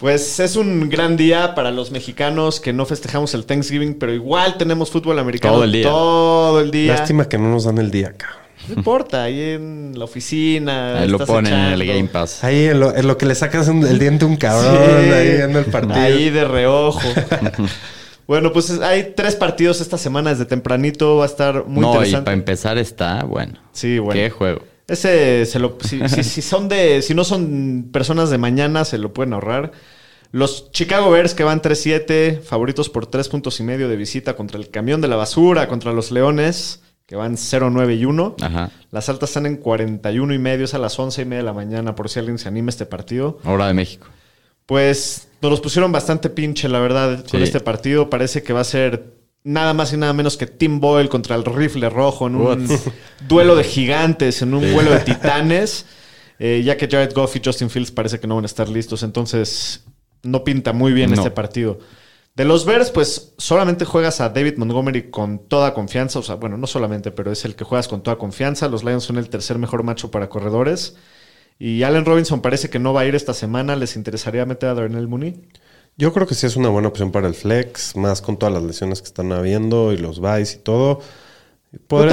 S2: Pues es un gran día para los mexicanos que no festejamos el Thanksgiving, pero igual tenemos fútbol americano
S3: Todo el día.
S2: todo el día.
S4: Lástima que no nos dan el día, cabrón.
S2: No importa, ahí en la oficina.
S3: Ahí lo
S2: estás
S3: ponen en el
S2: echando.
S3: Game Pass.
S4: Ahí en lo, en lo que le sacas un- el diente a un cabrón,
S2: Sí.
S4: ahí en el partido.
S2: Ahí de reojo. bueno, pues es- hay tres partidos esta semana desde tempranito. Va a estar muy
S3: no, y
S2: interesante.
S3: para empezar está bueno.
S2: Sí, bueno.
S3: Qué juego.
S2: Ese se lo. Si, si- si son de. Si no son personas de mañana, se lo pueden ahorrar. Los Chicago Bears que van 3-7, favoritos por 3 puntos y medio de visita contra el camión de la basura, contra los Leones, que van 0-9 y 1.
S3: Ajá.
S2: Las altas están en 41 y medio, es a las 11 y media de la mañana, por si alguien se anima a este partido.
S3: Hora de México.
S2: Pues nos los pusieron bastante pinche, la verdad, con
S3: Sí.
S2: este partido. Parece que va a ser nada más y nada menos que Tim Boyle contra el rifle rojo en un
S3: What?
S2: duelo de gigantes, en un
S3: Sí.
S2: duelo de titanes. Eh, ya que Jared Goff y Justin Fields parece que no van a estar listos, entonces no pinta muy bien
S3: No.
S2: este partido. De los Bears, pues solamente juegas a David Montgomery con toda confianza. O sea, bueno, no solamente, pero es el que juegas con toda confianza. Los Lions son el tercer mejor macho para corredores. Y Allen Robinson parece que no va a ir esta semana. ¿Les interesaría meter a Darnell Mooney?
S4: Yo creo que sí es una buena opción para el flex, más con todas las lesiones que están habiendo y los buys y todo. Podría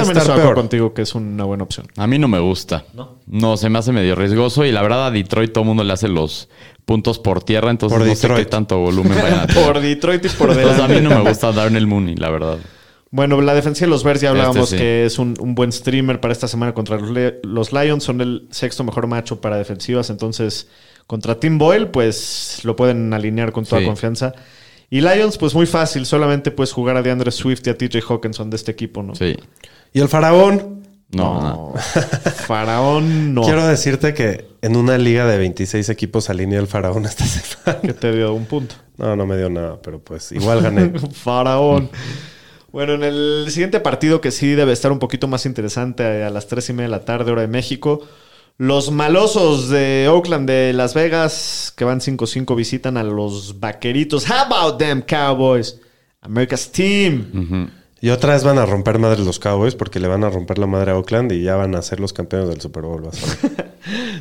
S2: Yo también
S4: estar
S2: estoy de acuerdo
S4: peor.
S2: contigo que es una buena opción.
S3: A mí no me gusta. No. se me hace medio riesgoso y la verdad a Detroit todo el mundo le hace los puntos por tierra, entonces
S4: Por
S3: no sé
S4: Detroit.
S3: qué tanto volumen van a tener.
S2: Por Detroit y por
S3: Entonces, Pues a
S2: delante.
S3: mí no me gusta Darnell Mooney, la verdad.
S2: Bueno, la defensa de los Bears ya hablábamos
S3: Este sí.
S2: que es un, un buen streamer para esta semana contra los, Le- los Lions. Son el sexto mejor macho para defensivas. Entonces, contra Tim Boyle, pues lo pueden alinear con toda
S3: Sí.
S2: confianza. Y Lions, pues muy fácil. Solamente puedes jugar a DeAndre Swift y a TJ Hawkinson de este equipo, ¿no?
S3: Sí.
S4: Y el faraón,
S3: No, no.
S2: No. Faraón, no.
S4: quiero decirte que en una liga de 26 equipos alineé el faraón esta semana.
S2: Que te dio un punto.
S4: No, no me dio nada, pero pues igual gané.
S2: Faraón. Bueno, en el siguiente partido que sí debe estar un poquito más interesante eh, a las 3 y media de la tarde, hora de México. Los malosos de Oakland de Las Vegas, que van 5-5, visitan a los vaqueritos. How about them, Cowboys? America's Team.
S3: Ujú.
S4: Y otra vez van a romper madre los Cowboys porque le van a romper la madre a Oakland y ya van a ser los campeones del Super Bowl. vas a ver.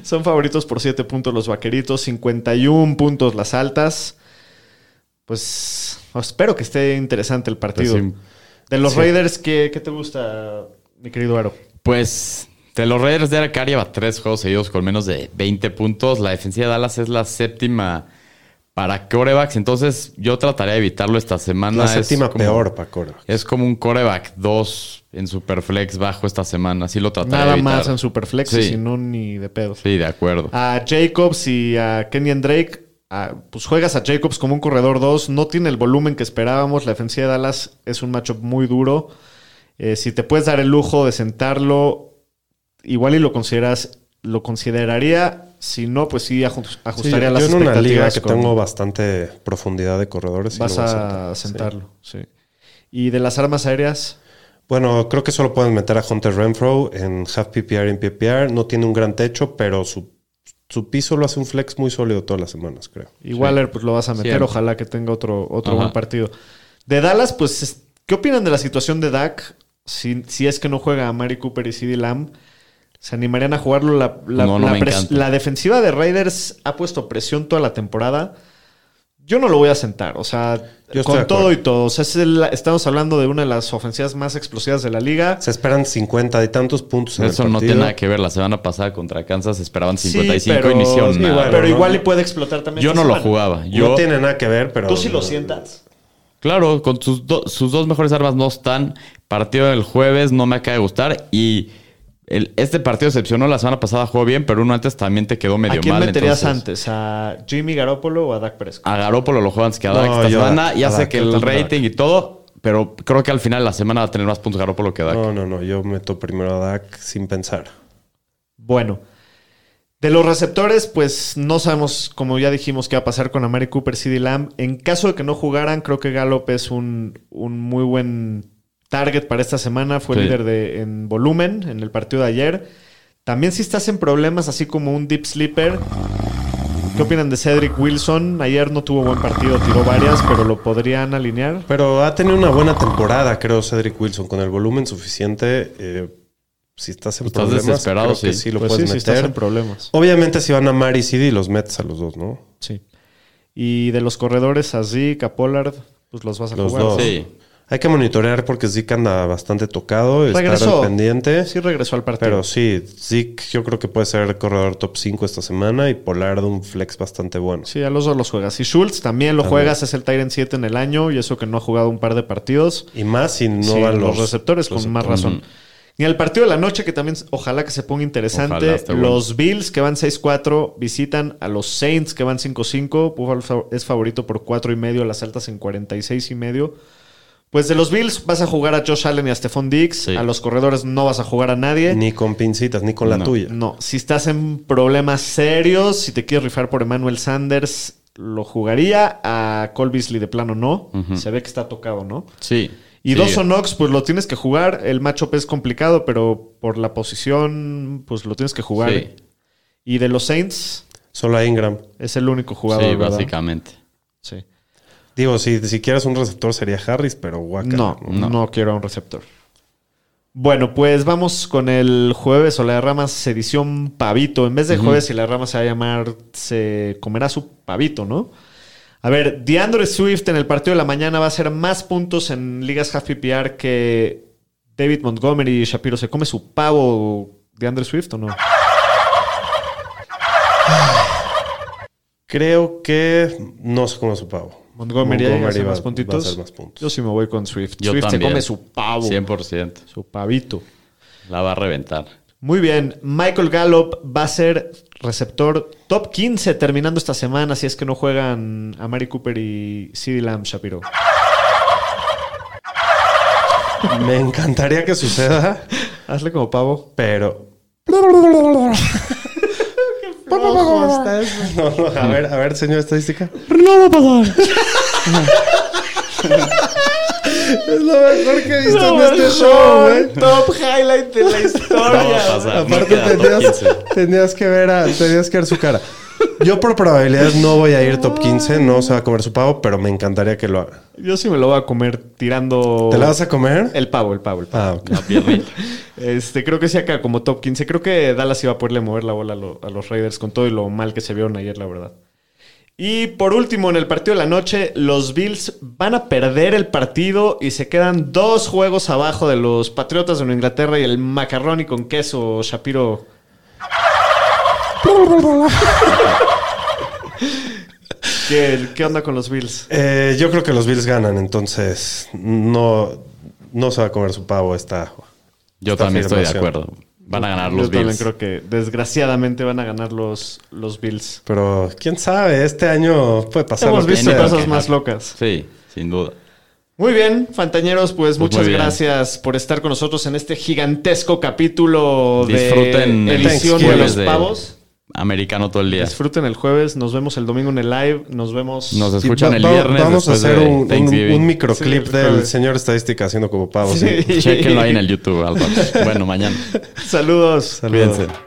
S2: Son favoritos por 7 puntos los vaqueritos, 51 puntos las altas. Pues espero que esté interesante el partido.
S3: Pues sí.
S2: De los
S4: Sí.
S2: Raiders, ¿qué, qué te gusta, mi querido Aro?
S3: Pues de los Raiders de Arcadia lleva tres juegos seguidos con menos de 20 puntos. La defensiva de Dallas es la séptima para corebacks, entonces yo trataré de evitarlo esta
S2: Ah,
S3: semana.
S4: La
S3: Es
S4: séptima
S3: como-
S4: peor para Cora.
S3: Es como un coreback 2 en Superflex bajo esta semana. Así lo trataré
S2: Nada
S3: de evitar.
S2: más en Superflex,
S3: Sí.
S2: y si no, ni de pedo.
S3: Sí, de acuerdo.
S4: Ah,
S2: A Jacobs y a Kenyon Drake, a- pues juegas a Jacobs como un corredor 2, no tiene el volumen que esperábamos. La defensiva de Dallas es un matchup muy duro. Eh, si te puedes dar el lujo de sentarlo, igual y lo consideras, lo consideraría. Si no, pues sí ajus-
S4: Sí,
S2: ajustaría las
S4: yo en una liga
S2: expectativas.
S4: que
S2: con-
S4: tengo bastante profundidad de corredores. sí
S2: vas
S4: lo voy
S2: a,
S4: sí.
S2: sentarlo. sí. Y de las armas aéreas,
S4: Bueno, creo que solo pueden meter a Hunter Renfro en half PPR y en PPR. No tiene un gran techo, pero su, su piso lo hace un flex muy sólido todas las semanas, creo.
S2: Y Waller, pues lo vas a meter.
S3: Siempre.
S2: Ojalá que tenga otro, otro
S3: Ajá.
S2: buen partido. De Dallas, pues, es- ¿qué opinan de la situación de Dak? Si, si es que no juega a Mary Cooper y CD Lamb, ¿se animarían a jugarlo? La, la-
S3: No, no
S2: la
S3: me
S2: pres-
S3: encanta.
S2: la defensiva de Raiders ha puesto presión toda la temporada. Yo no lo voy a sentar. O sea,
S4: Yo estoy de
S2: con
S4: acuerdo.
S2: todo y todo. O sea, es el- estamos hablando de una de las ofensivas más explosivas de la liga.
S4: Se esperan 50 y tantos puntos en el
S3: Eso no
S4: partido.
S3: tiene nada que ver. La semana pasada contra Kansas esperaban 55
S2: sí, pero,
S3: inició
S2: sí,
S3: nada.
S2: bueno, pero
S4: ¿no?
S2: igual y puede explotar también.
S3: Yo
S2: esta
S3: no lo
S2: semana.
S3: jugaba. Yo,
S4: No tiene nada que ver, pero...
S2: ¿Tú sí lo sientas?
S3: Claro, con sus, do- sus dos mejores armas no están. Partido del jueves no me acaba de gustar. Y el- este partido excepcionó la semana pasada, jugó bien, pero uno antes también te quedó medio
S2: ¿A
S3: mal.
S2: quién meterías antes?
S3: entonces,
S2: ¿A Jimmy Garoppolo o a Dak Prescott?
S3: A Garópolo lo juegan antes que a Dak
S4: No,
S3: esta
S4: yo
S3: semana.
S4: Dak,
S3: Ya
S4: a
S3: sé
S4: Dak,
S3: que
S4: yo
S3: el
S4: también a Dak.
S3: rating y todo, pero creo que al final de la semana va a tener más puntos Garópolo que Dak.
S4: No, no, no. Yo meto primero a Dak sin pensar.
S2: Bueno, de los receptores, pues no sabemos, como ya dijimos, qué va a pasar con Amari Cooper, CD Lamb. En caso de que no jugaran, creo que Gallup es un, un muy buen target para esta semana. Fue
S3: Sí.
S2: líder de, en volumen en el partido de ayer. También si estás en problemas, así como un deep sleeper. ¿Qué opinan de Cedric Wilson? Ayer no tuvo buen partido, tiró varias, pero lo podrían alinear.
S4: Pero ha tenido una buena temporada, creo, Cedric Wilson, con el volumen suficiente. eh, si estás en
S3: Estás
S4: problemas,
S3: desesperado,
S4: creo que
S3: sí.
S4: sí lo
S2: Pues sí,
S4: puedes
S2: si
S4: meter.
S2: estás en problemas.
S4: Obviamente, si van a Mari y CD, los metes a los dos, ¿no?
S2: Sí. Y de los corredores, así, Capollard, pues los vas a
S4: Los
S2: jugar.
S4: dos.
S3: Sí.
S4: Hay que monitorear porque Zeke anda bastante tocado, estar
S2: Regresó.
S4: al pendiente.
S2: Sí regresó al partido.
S4: Pero sí, Zeke yo creo que puede ser corredor top 5 esta semana y Polar de un flex bastante bueno.
S2: sí, a los dos los juegas. Y Schultz también lo
S4: También.
S2: juegas, es el Tyrant 7 en el año y eso que no ha jugado un par de partidos.
S4: Y más si no
S2: Sí,
S4: van
S2: los,
S4: los,
S2: receptores con más razón. Y el partido de la noche que también ojalá que se ponga
S3: Ojalá,
S2: interesante.
S3: está bueno.
S2: Los Bills que van 6-4 visitan a los Saints que van 5-5. Buffalo fa- es favorito por 4 y medio, las altas en 46 y medio. Pues de los Bills vas a jugar a Josh Allen y a Stephon Diggs.
S3: Sí.
S2: A los corredores no vas a jugar a nadie.
S4: Ni con pincitas, ni con la
S3: No.
S4: tuya.
S2: No, si estás en problemas serios, si te quieres rifar por Emmanuel Sanders, lo jugaría. A Cole Beasley de plano no. Se ve que está tocado, ¿no?
S3: Sí.
S2: Y
S3: Sí.
S2: Dawson Knox, pues lo tienes que jugar. El matchup es complicado, pero por la posición, pues lo tienes que jugar.
S3: Sí.
S2: Y de los Saints,
S4: Solo a Ingram.
S2: es el único jugador.
S3: Sí,
S2: ¿verdad?
S3: básicamente.
S2: Sí.
S4: Digo, si, si quieres un receptor sería Harris, pero guaca.
S2: No,
S3: no.
S2: no, quiero a un receptor. Bueno, pues vamos con el jueves o la de ramas edición pavito. En vez de jueves y la de ramas se va a llamar se comerá su pavito, ¿no? A ver, DeAndre Swift en el partido de la mañana va a hacer más puntos en ligas half PPR que David Montgomery y Shapiro. ¿Se come su pavo DeAndre Swift o no?
S4: Creo que no sé cómo su pavo.
S2: Montgomery, va a hacer
S4: va-
S2: más puntitos.
S4: va a hacer más puntos.
S2: Yo sí me voy con Swift.
S3: Yo
S2: Swift se
S3: también.
S2: come su pavo,
S3: 100%.
S2: su pavito.
S3: La va a reventar.
S2: Muy bien, Michael Gallup va a ser receptor top 15 terminando esta semana si es que no juegan a Mary Cooper y CeeDee Lamb Shapiro.
S4: Me encantaría que suceda,
S2: Hazle como pavo.
S4: pero. No, no, a ver, a ver, señor estadística. es lo mejor que he visto en este show, güey.
S2: Top highlight de la
S3: No
S2: historia.
S3: va a pasar. No
S4: Aparte
S3: queda top
S4: tenías,
S3: 15.
S4: tenías que ver a, tenías que ver su cara. Yo por probabilidades no voy a ir top 15, no se va a comer su pavo, pero me encantaría que lo haga.
S2: Yo sí me lo voy a comer tirando...
S4: ¿Te la vas a comer?
S2: El pavo, el pavo, el pavo.
S4: Ah, ok.
S3: La piernita.
S2: Este, creo que sí acá como top 15. Creo que Dallas iba a poderle mover la bola a, lo- a los Raiders con todo y lo mal que se vieron ayer, la verdad. Y por último, en el partido de la noche, los Bills van a perder el partido y se quedan dos juegos abajo de los Patriotas de Nueva Inglaterra y el macarrón y con queso, Shapiro. ¿Qué, qué onda con los Bills?
S4: Eh, yo creo que los Bills ganan, entonces no, no se va a comer su pavo esta.
S3: Yo
S4: Esta
S3: también estoy de
S4: afirmación.
S3: acuerdo. Van a ganar
S2: Yo
S3: los
S2: también
S3: Bills.
S2: creo que desgraciadamente van a ganar los, los Bills.
S4: Pero quién sabe, este año puede pasar.
S2: Hemos
S4: lo que
S2: visto
S4: sea.
S2: cosas más locas.
S3: Sí, sin duda.
S2: Muy bien, Fantañeros, pues,
S3: Pues muy
S2: muchas
S3: bien.
S2: gracias por estar con nosotros en este gigantesco capítulo de
S3: Disfruten el
S2: edición de
S4: jueves
S2: los
S3: de-
S2: pavos.
S3: Americano todo el día.
S2: Disfruten el jueves, nos vemos el domingo en el live, nos vemos.
S3: Nos
S4: Y
S3: escuchan
S4: va-
S3: el
S4: va-
S3: viernes.
S4: Vamos a
S3: después
S4: hacer
S3: de
S4: un, un-
S3: Thanksgiving.
S4: un microclip
S2: Sí, el
S4: del
S2: jueves.
S4: señor estadística haciendo como pavo. sí.
S2: Sí.
S3: Chequenlo ahí en el YouTube, al rato. Bueno, mañana.
S2: Saludos.
S3: Cuídense.